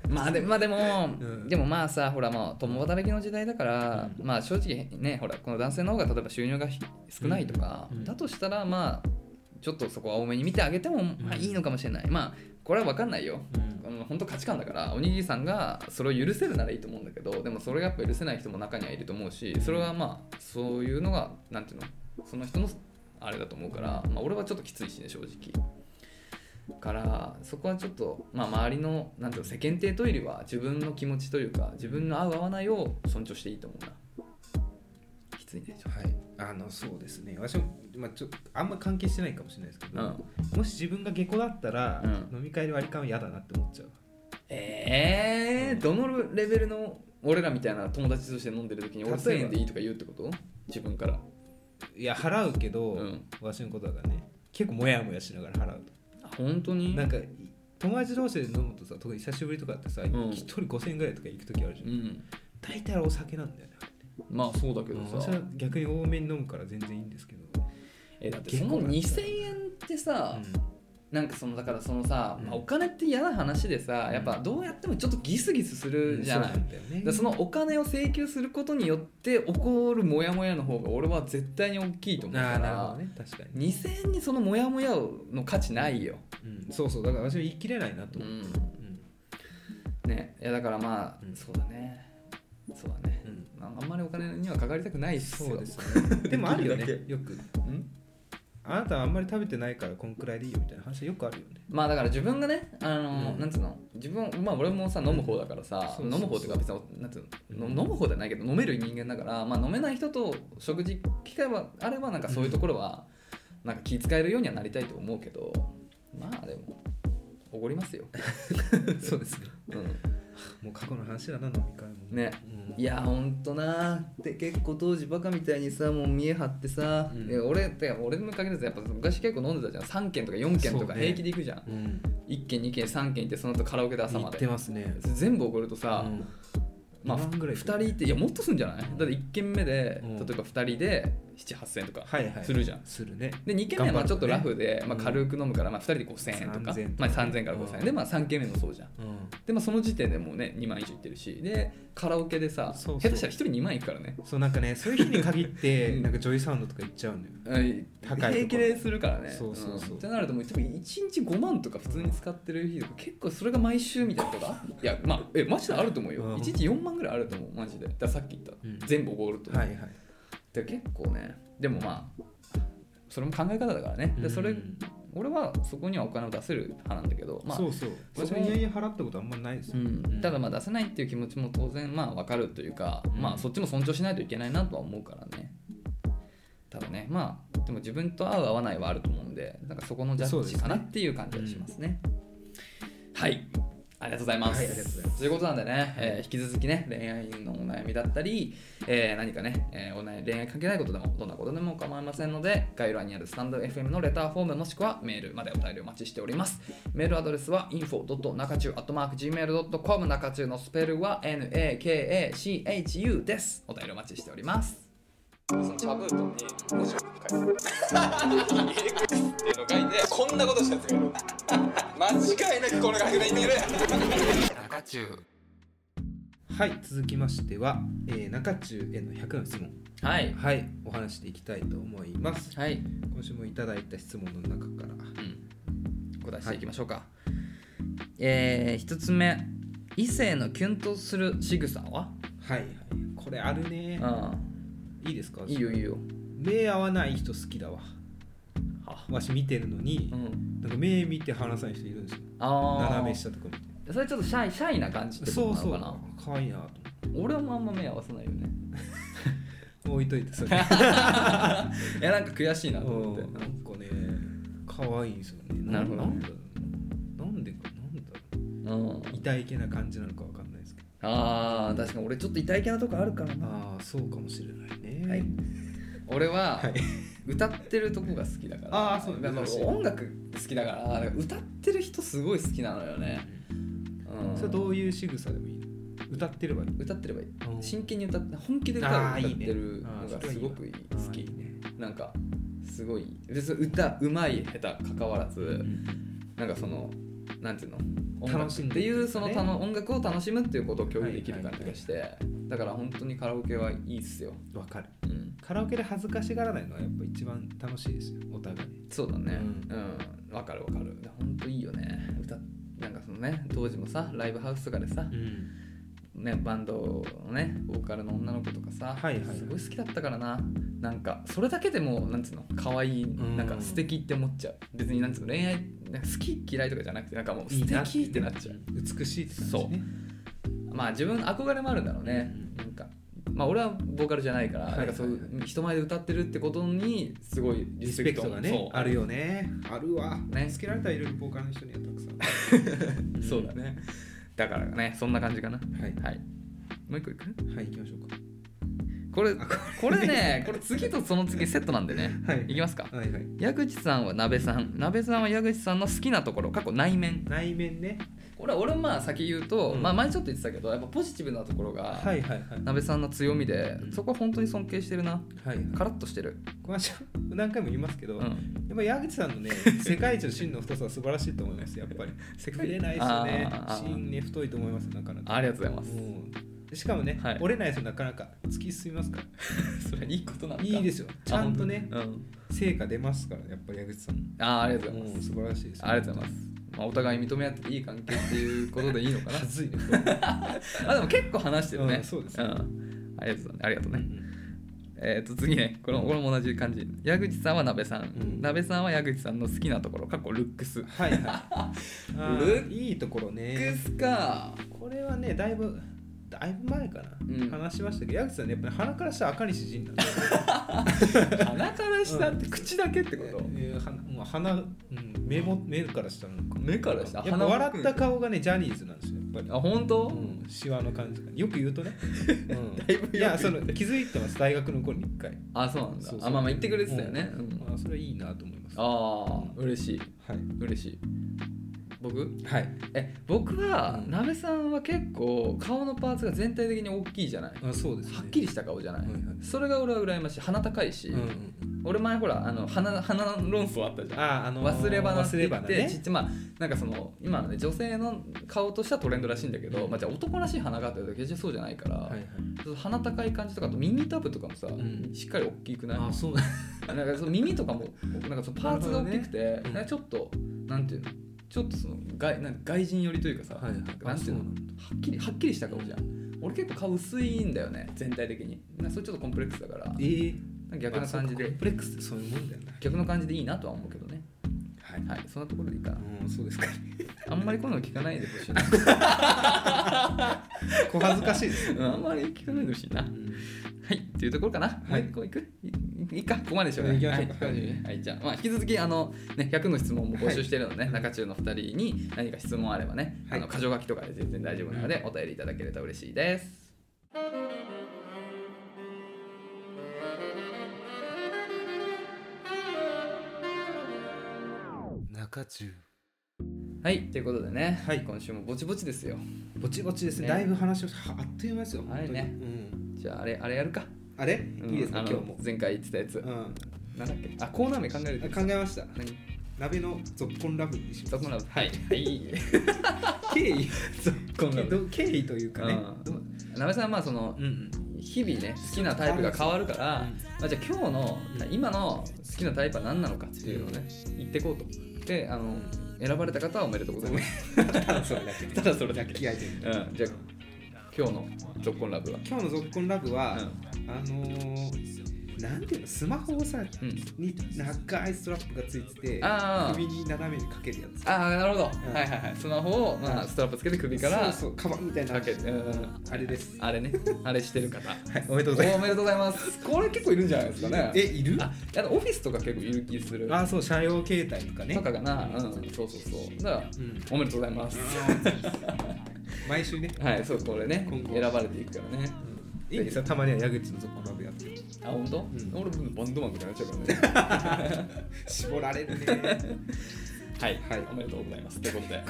まあでまあでも、
うん
でもまあさほらまあ共働きの時代だから、まあ正直ねほらこの男性の方が例えば収入がひ少ないとか、
うんうん
だとしたらまあちょっとそこは多めに見てあげてもまあいいのかもしれない、まあこれは分かんないよあの本当価値観だからおにぎりさんがそれを許せるならいいと思うんだけどでもそれがやっぱ許せない人も中にはいると思うしそれはまあそういうのがなんていうのその人のあれだと思うから、まあ、俺はちょっときついしね正直からそこはちょっと、まあ、周りのなんていうの世間体というよりは自分の気持ちというか自分の合う合わないを尊重していいと思うなきついねちょっ
はいあのそうですね私も、まあ、ちょっとあんま関係してないかもしれないですけ
とう
ど、
ん
もし自分が下戸だったら、
うん
飲み会で割り勘は嫌だなって思っちゃう
えー、どのレベルの俺らみたいな友達として飲んでる時に俺1000
例えば
円でいいとか言うってこと自分から
いや払うけど、
うん
私のことだからね結構モヤモヤしながら払うと、
あ本当に
なんかい友達同士で飲むとさ特に久しぶりとかってさ、一
ん
人5000円ぐらいとか行く時あるじゃ、
うんん
大体あれお酒なんだよね
まあそうだけど
私は
さ
逆に多めに飲むから全然いいんですけど、
えだってその2000円ってさ、なんかそのだからそのさ、
うん
まあ、お金って嫌な話でさやっぱどうやってもちょっとギスギスす
う
る
ん
じゃない、
そうなんだよね
でそのお金を請求することによって起こるモヤモヤの方が俺は絶対に大きいと思う
あ
か
あなるほど
ら、
ね確かに、
2000円にそのモヤモヤの価値ないよ、
うん、そうそうだから私は言い切れないなと
う
思う、
ん
うん
ね、いやだからまあ、
うん
そうだねそうだね、
うん
まあ、あんまりお金にはかかりたくないっすよ
そうですねでもあるよ
できる
ねよく
うん
あなたはあんまり食べてないからこんくらいでいいよみたいな話よくあるよね
まあだから自分がね、あのー
うん
なんつうの自分まあ俺もさ飲む方だからさ、
そうそうそう
飲む方っていうか別になんつうのの飲む方じゃないけど飲める人間だから、まあ、飲めない人と食事機会はあればなんかそういうところはなんか気遣えるようにはなりたいと思うけどまあでもおごりますよ、
そうですね
うん、
もう過去の話だな飲み会も
ね
うん
いやほんとなで結構当時バカみたいにさもう見え張ってさ、
うん
で俺てか俺もかけるとやっぱ昔結構飲んでたじゃん3軒とか4軒と
そ
か
うね
平気で行くじゃん、
うん
1軒2軒3軒行ってその後カラオケで朝
言
ま
っ
で
てますね
全部おごるとさ、
うん
まあ、
二万ぐらい
2人っていやもっとすんじゃないだって1軒目で、
うん
例えば2人で78000円とか
はいはい
するじゃん、
するね
で2軒目はま
頑張る
あ
ね
ちょっとラフで、まあ、
うん
軽く飲むから、まあ、2人で5000円とか
3000円と
ま
か
あ、3000円から5000円、
うん
で、まあ、3軒目もそうじゃん
うん
で、まあ、その時点でもうね2万以上いってるしでカラオケでさ
そうそう
下手したら1人2万いくからね
そうなんかねそういう日に限っ
う
て
ん
なんかジョイサウンドとか行っちゃうんだよ
はい
高いとこ
平気でするからね
そうそうそうん
ってなるともう多分1日5万とか普通に使ってる日とか結構それが毎週みたいなことがいやまあえマジであると思うよ
うん
1日4万ぐらいあると思うマジでだからさっき言った、
うん
全部おごると思う、
はいはい
で結構ねでもまあそれも考え方だからねでそれ、
うん
俺はそこにはお金を出せる派なんだけどまあ
そうそう
その
私もいやいや払ったことあんまりないです
う
よ
ん、ただまあ出せないっていう気持ちも当然まあ分かるというか、
うん
まあそっちも尊重しないといけないなとは思うからねただねまあでも自分と合う合わないはあると思うんでなんかそこのジャ
そ
ッ
うで
ジ
すね
かなっていう感じはしますねはいありがとうございます、
はいありがとうございます
ということなんでね、えー引き続きね恋愛のお悩みだったり、えー何かね、えーお悩み恋愛関係ないことでもどんなことでも構いませんので概要欄にあるスタンド FM のレターフォームもしくはメールまでお便りお待ちしておりますメールアドレスは info.nakachu.gmail.com 中中のスペルは NAKACHU ですお便りお待ちしておりますそのチャブートに文字を書 いてっていうの書いてこんなことしたやつがいる 間違いなくこの学年にいる
中中
はい続きましては、えー、中中への100の質問
はい
はいお話していきたいと思います
はい、
今週もいただいた質問の中から
お答えしていきましょうか、えー、1つ目異性のキュンとする仕草は、
はいはいこれあるね
う
いいですか
ん、いいよいいよ
目合わない人好きだわ
は
わし見てるのに
う、ん
なんか目見て話さない人いるんですよ
ああ
斜め下とか見て
それちょっとシャイシャイな感じってこ
そう
と
そう
なのかな
可愛いなと思って
俺もあんま目合わさないよね
置いといてそれ なんか
いやなんか悔しいなと思って
ね可愛いんですよね
なるほど
なんだろうなんでかなんだろ
うん、うん、
痛いけな感じなのかわかんないですけど
あー確かに俺ちょっと痛い系なとこあるからな
ああそうかもしれないね
はい俺は
はい
歌ってるとこが好きだから
あーそう
だから
珍しい
音楽好きだからなんか歌ってる人すごい好きなのよね、うん、
それどういう仕草でもいいの歌ってればいい
歌ってればいい
の
真剣に歌って本気で歌を
あー
歌っ
いい
て
ね
る
あー
の
そ
が
れはい
す
い
ご
わ
くいい
あ
好
ーい
き
いね
なんかすごい別に歌うまい下手かかわらず、なんかそのなんていうの音楽
楽しん
っ
で
ていう
る
その
ね
たの音楽を楽しむっていうことを共有できる感
はいは
じ
いは
が
い
して、だから本当にカラオケはいいっすよ、
わかる
うん、
カラオケで恥ずかしがらないのはやっぱ一番楽しいですよお互い
そうだねう
うん
わ、かるわかる本当いいよね歌なんかそのね当時もさライブハウスとかでさ、
ん
ね、バンドのねボーカルの女の子とかさ、
はいはいはい
すごい好きだったからななんかそれだけでもなんつうの可愛い
ん
なんか素敵って思っちゃう別になんつうの恋愛なんか好き嫌いとかじゃなくてなんかもう素敵ってなっちゃう
美しいって感じね
まあ自分憧れもあるんだろうね、
うん
なんかまあ俺はボーカルじゃないから、
はい
なんかそういう人前で歌ってるってことにすごい
リ
リス
ス
ペ
ペ
ク
ク
ト
ト
が
が
そ
ね
う
あるよねあるわ
ね
つけられたらいろいろボーカルの人にはたくさん
そうだねだからねそんな感じかな
はい
はいもう一個いく
はい行きましょうか
これこれ ねこれ次とその次セットなんでね
はい
いきますか
はいはい
矢口さんは鍋さん鍋さんは矢口さんの好きなところ過去内面
内面ね
これは俺もまあ先言うと、
うん
まあ、前ちょっと言ってたけどやっぱポジティブなところが、
はいはいはい
鍋さんの強みで
うん
そこは本当に尊敬してるな
はいはい
カラッとしてる、
これは何回も言いますけど、
う
やっ
ん、
ぱ矢口さんのね世界一の芯の太さは素晴らしいと思いますやっぱり
世
ぶれないですよね
あー
芯ね太いと思いますなかなか
ありがとうございます
うんしかもね、
はい
折れないですよなかなか突き進みますから
それいいことなんだ
いいですよちゃんとね
あ本当うん、
成果出ますからやっぱ矢口さん
あーありがとうございます、
もう素晴らしいです
ありがとうございますまあ、お互い認め合っていい関係っていうことでいいの かな
はずいね
あでも結構話してるね、
うんそうですね
んありがとうありがとうね、えっと次ねこれこれも同じ感じ矢口さんは鍋さん、
うん
鍋さんは矢口さんの好きなところ過去ルックスル
はい はいあーいいところ
ック
ね
スか
これはねだいぶだいぶ前かな、
うん
話しましたけど矢口さんねやっぱり鼻からしたら赤西仁なんですよ
鼻から下って口だけってこと、
いや鼻もう鼻、うん、目も目からしたのか
目から下
やっぱ笑った
か
顔がねジャニーズなんですよやっぱり
あ本当、
うん、シワの感じがよく言うとね、 うん、
だいぶよく言う
いやその気づいてます大学の頃に一回
あそうなんだ
そうそう
あまあまあ言ってくれてたよね、
う
うんん
あそれいいなと思いますは
ああ嬉しい
い
嬉しい僕
はい
え僕は、
うん
鍋さんは結構顔のパーツが全体的に大きいじゃない、
あそうですね
はっきりした顔じゃない、
はいはい
それが俺は羨ましい鼻高いし、
うんうん
俺前ほらあの鼻鼻の論争あったじゃん
ああのー
忘れ花って
忘れ
言っ
花
て、ちっ
ね
ちゃまあなんかその今のね女性の顔としてはトレンドらしいんだけど、
うん
まあ、じゃあ男らしい鼻があったら決してそうじゃないから、
はいはい
ちょっと鼻高い感じとかあと耳タブとかもさ、
ん
しっかり大きくない
あそうだ
なんかその耳とかもなんかそのパーツが大きくて、
どね
なんかちょっとなんていうのちょっとその外なんか外人寄りというかさ、
はいはい
なんていうの
あそうな
は
ん
っきりはっきりした顔じゃん、俺結構顔薄いんだよね全体的になんかそれちょっとコンプレックスだからなんか
えー、
逆な感
ま
じ
あそうかコ
で
ンプレックスってそういうもんだよな
逆の感じでいいなとは思うけどね
はい
はいそんなところでいいかな
うんそうですか
あんまりこういうの聞かないでほしいな、
小恥ずかしいですね、
うんあんまり聞かないでほしいなはい、っていうところかな。は
はい
い、こういくいいいか、ここまででしょうか。
行きましょうか
はい、
はい
はいじゃあ、まあ、引き続き、あの、ね、100の質問も募集しているので、ね中中の2人に何か質問あればね、
はい
あの箇条書きとかで全然大丈夫なので、お便りいただけると嬉しいです。
中中
はい、ということでね、
はい
今週もぼちぼちですよ。
ぼちぼちですね
ね
だいぶ話をはあっという間ですよ
あれね
本当にうん、
じゃあ、あれ、あれやるか。
あれ
うん
いいですか、
あの
今日も、
前回言ってたやつ。
うん、
なんだっけあ、コーナー名考える
あ
と
考えました
何
鍋のゾッコンラブにし
ゾ
ま
ッ
す
コンラブ。はい。はい。
経緯
ゾッコンラ
け
ブ。
ど経緯というかねどう
うん。なべさんはまあその
うんうん
日々ね好きなタイプが変わるから、まあ、じゃあ今日の
うん
今の好きなタイプは何なのかっていうのをね言っていこうとであの選ばれた方はおめでとうございま す
ただそれだけ
ただそれだけ、
気合いで
うん、じゃあ今日の「ゾッコンラブは」
今日のゾッコンラブは、
うん
あのーなんていうのスマホをさ、
うん
に長いストラップがついてて
あー
首に斜めにかけるやつ
ああなるほど、
うん
はいはいはいスマホを、まあ、
うん
ストラップつけて首から
そうそうカバンみたいな
かけてうん
あれです
あれねあれしてる方
はいおめでとう
お
ございます
めでとうございますこれ結構いるんじゃないですかね
えいる
あいやオフィスとか結構いる気する
あそう車用携帯とかね
とかかなうんそうそうそうだから
うん
おめでとうございます
毎週ね
はいそうこれね
今後
選ばれていくからね
いいんですよたまには矢口のゾコラブやって
あ本当、
ん
俺バンドマンとかになっちゃうからね
絞られる ね
はい、
はい
おめでとうございますということでは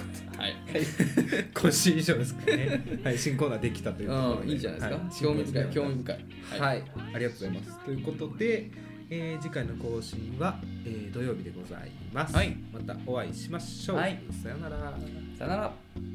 い
腰以上ですか ねはい新コーナーできたということ
う
で
ん、いいじゃないですか、
は
興味深い興味深
はいい、ありがとうございます。ということで、えー次回の更新は、えー土曜日でございます。
はい
またお会いしましょう。
はい
さよなら。
さよなら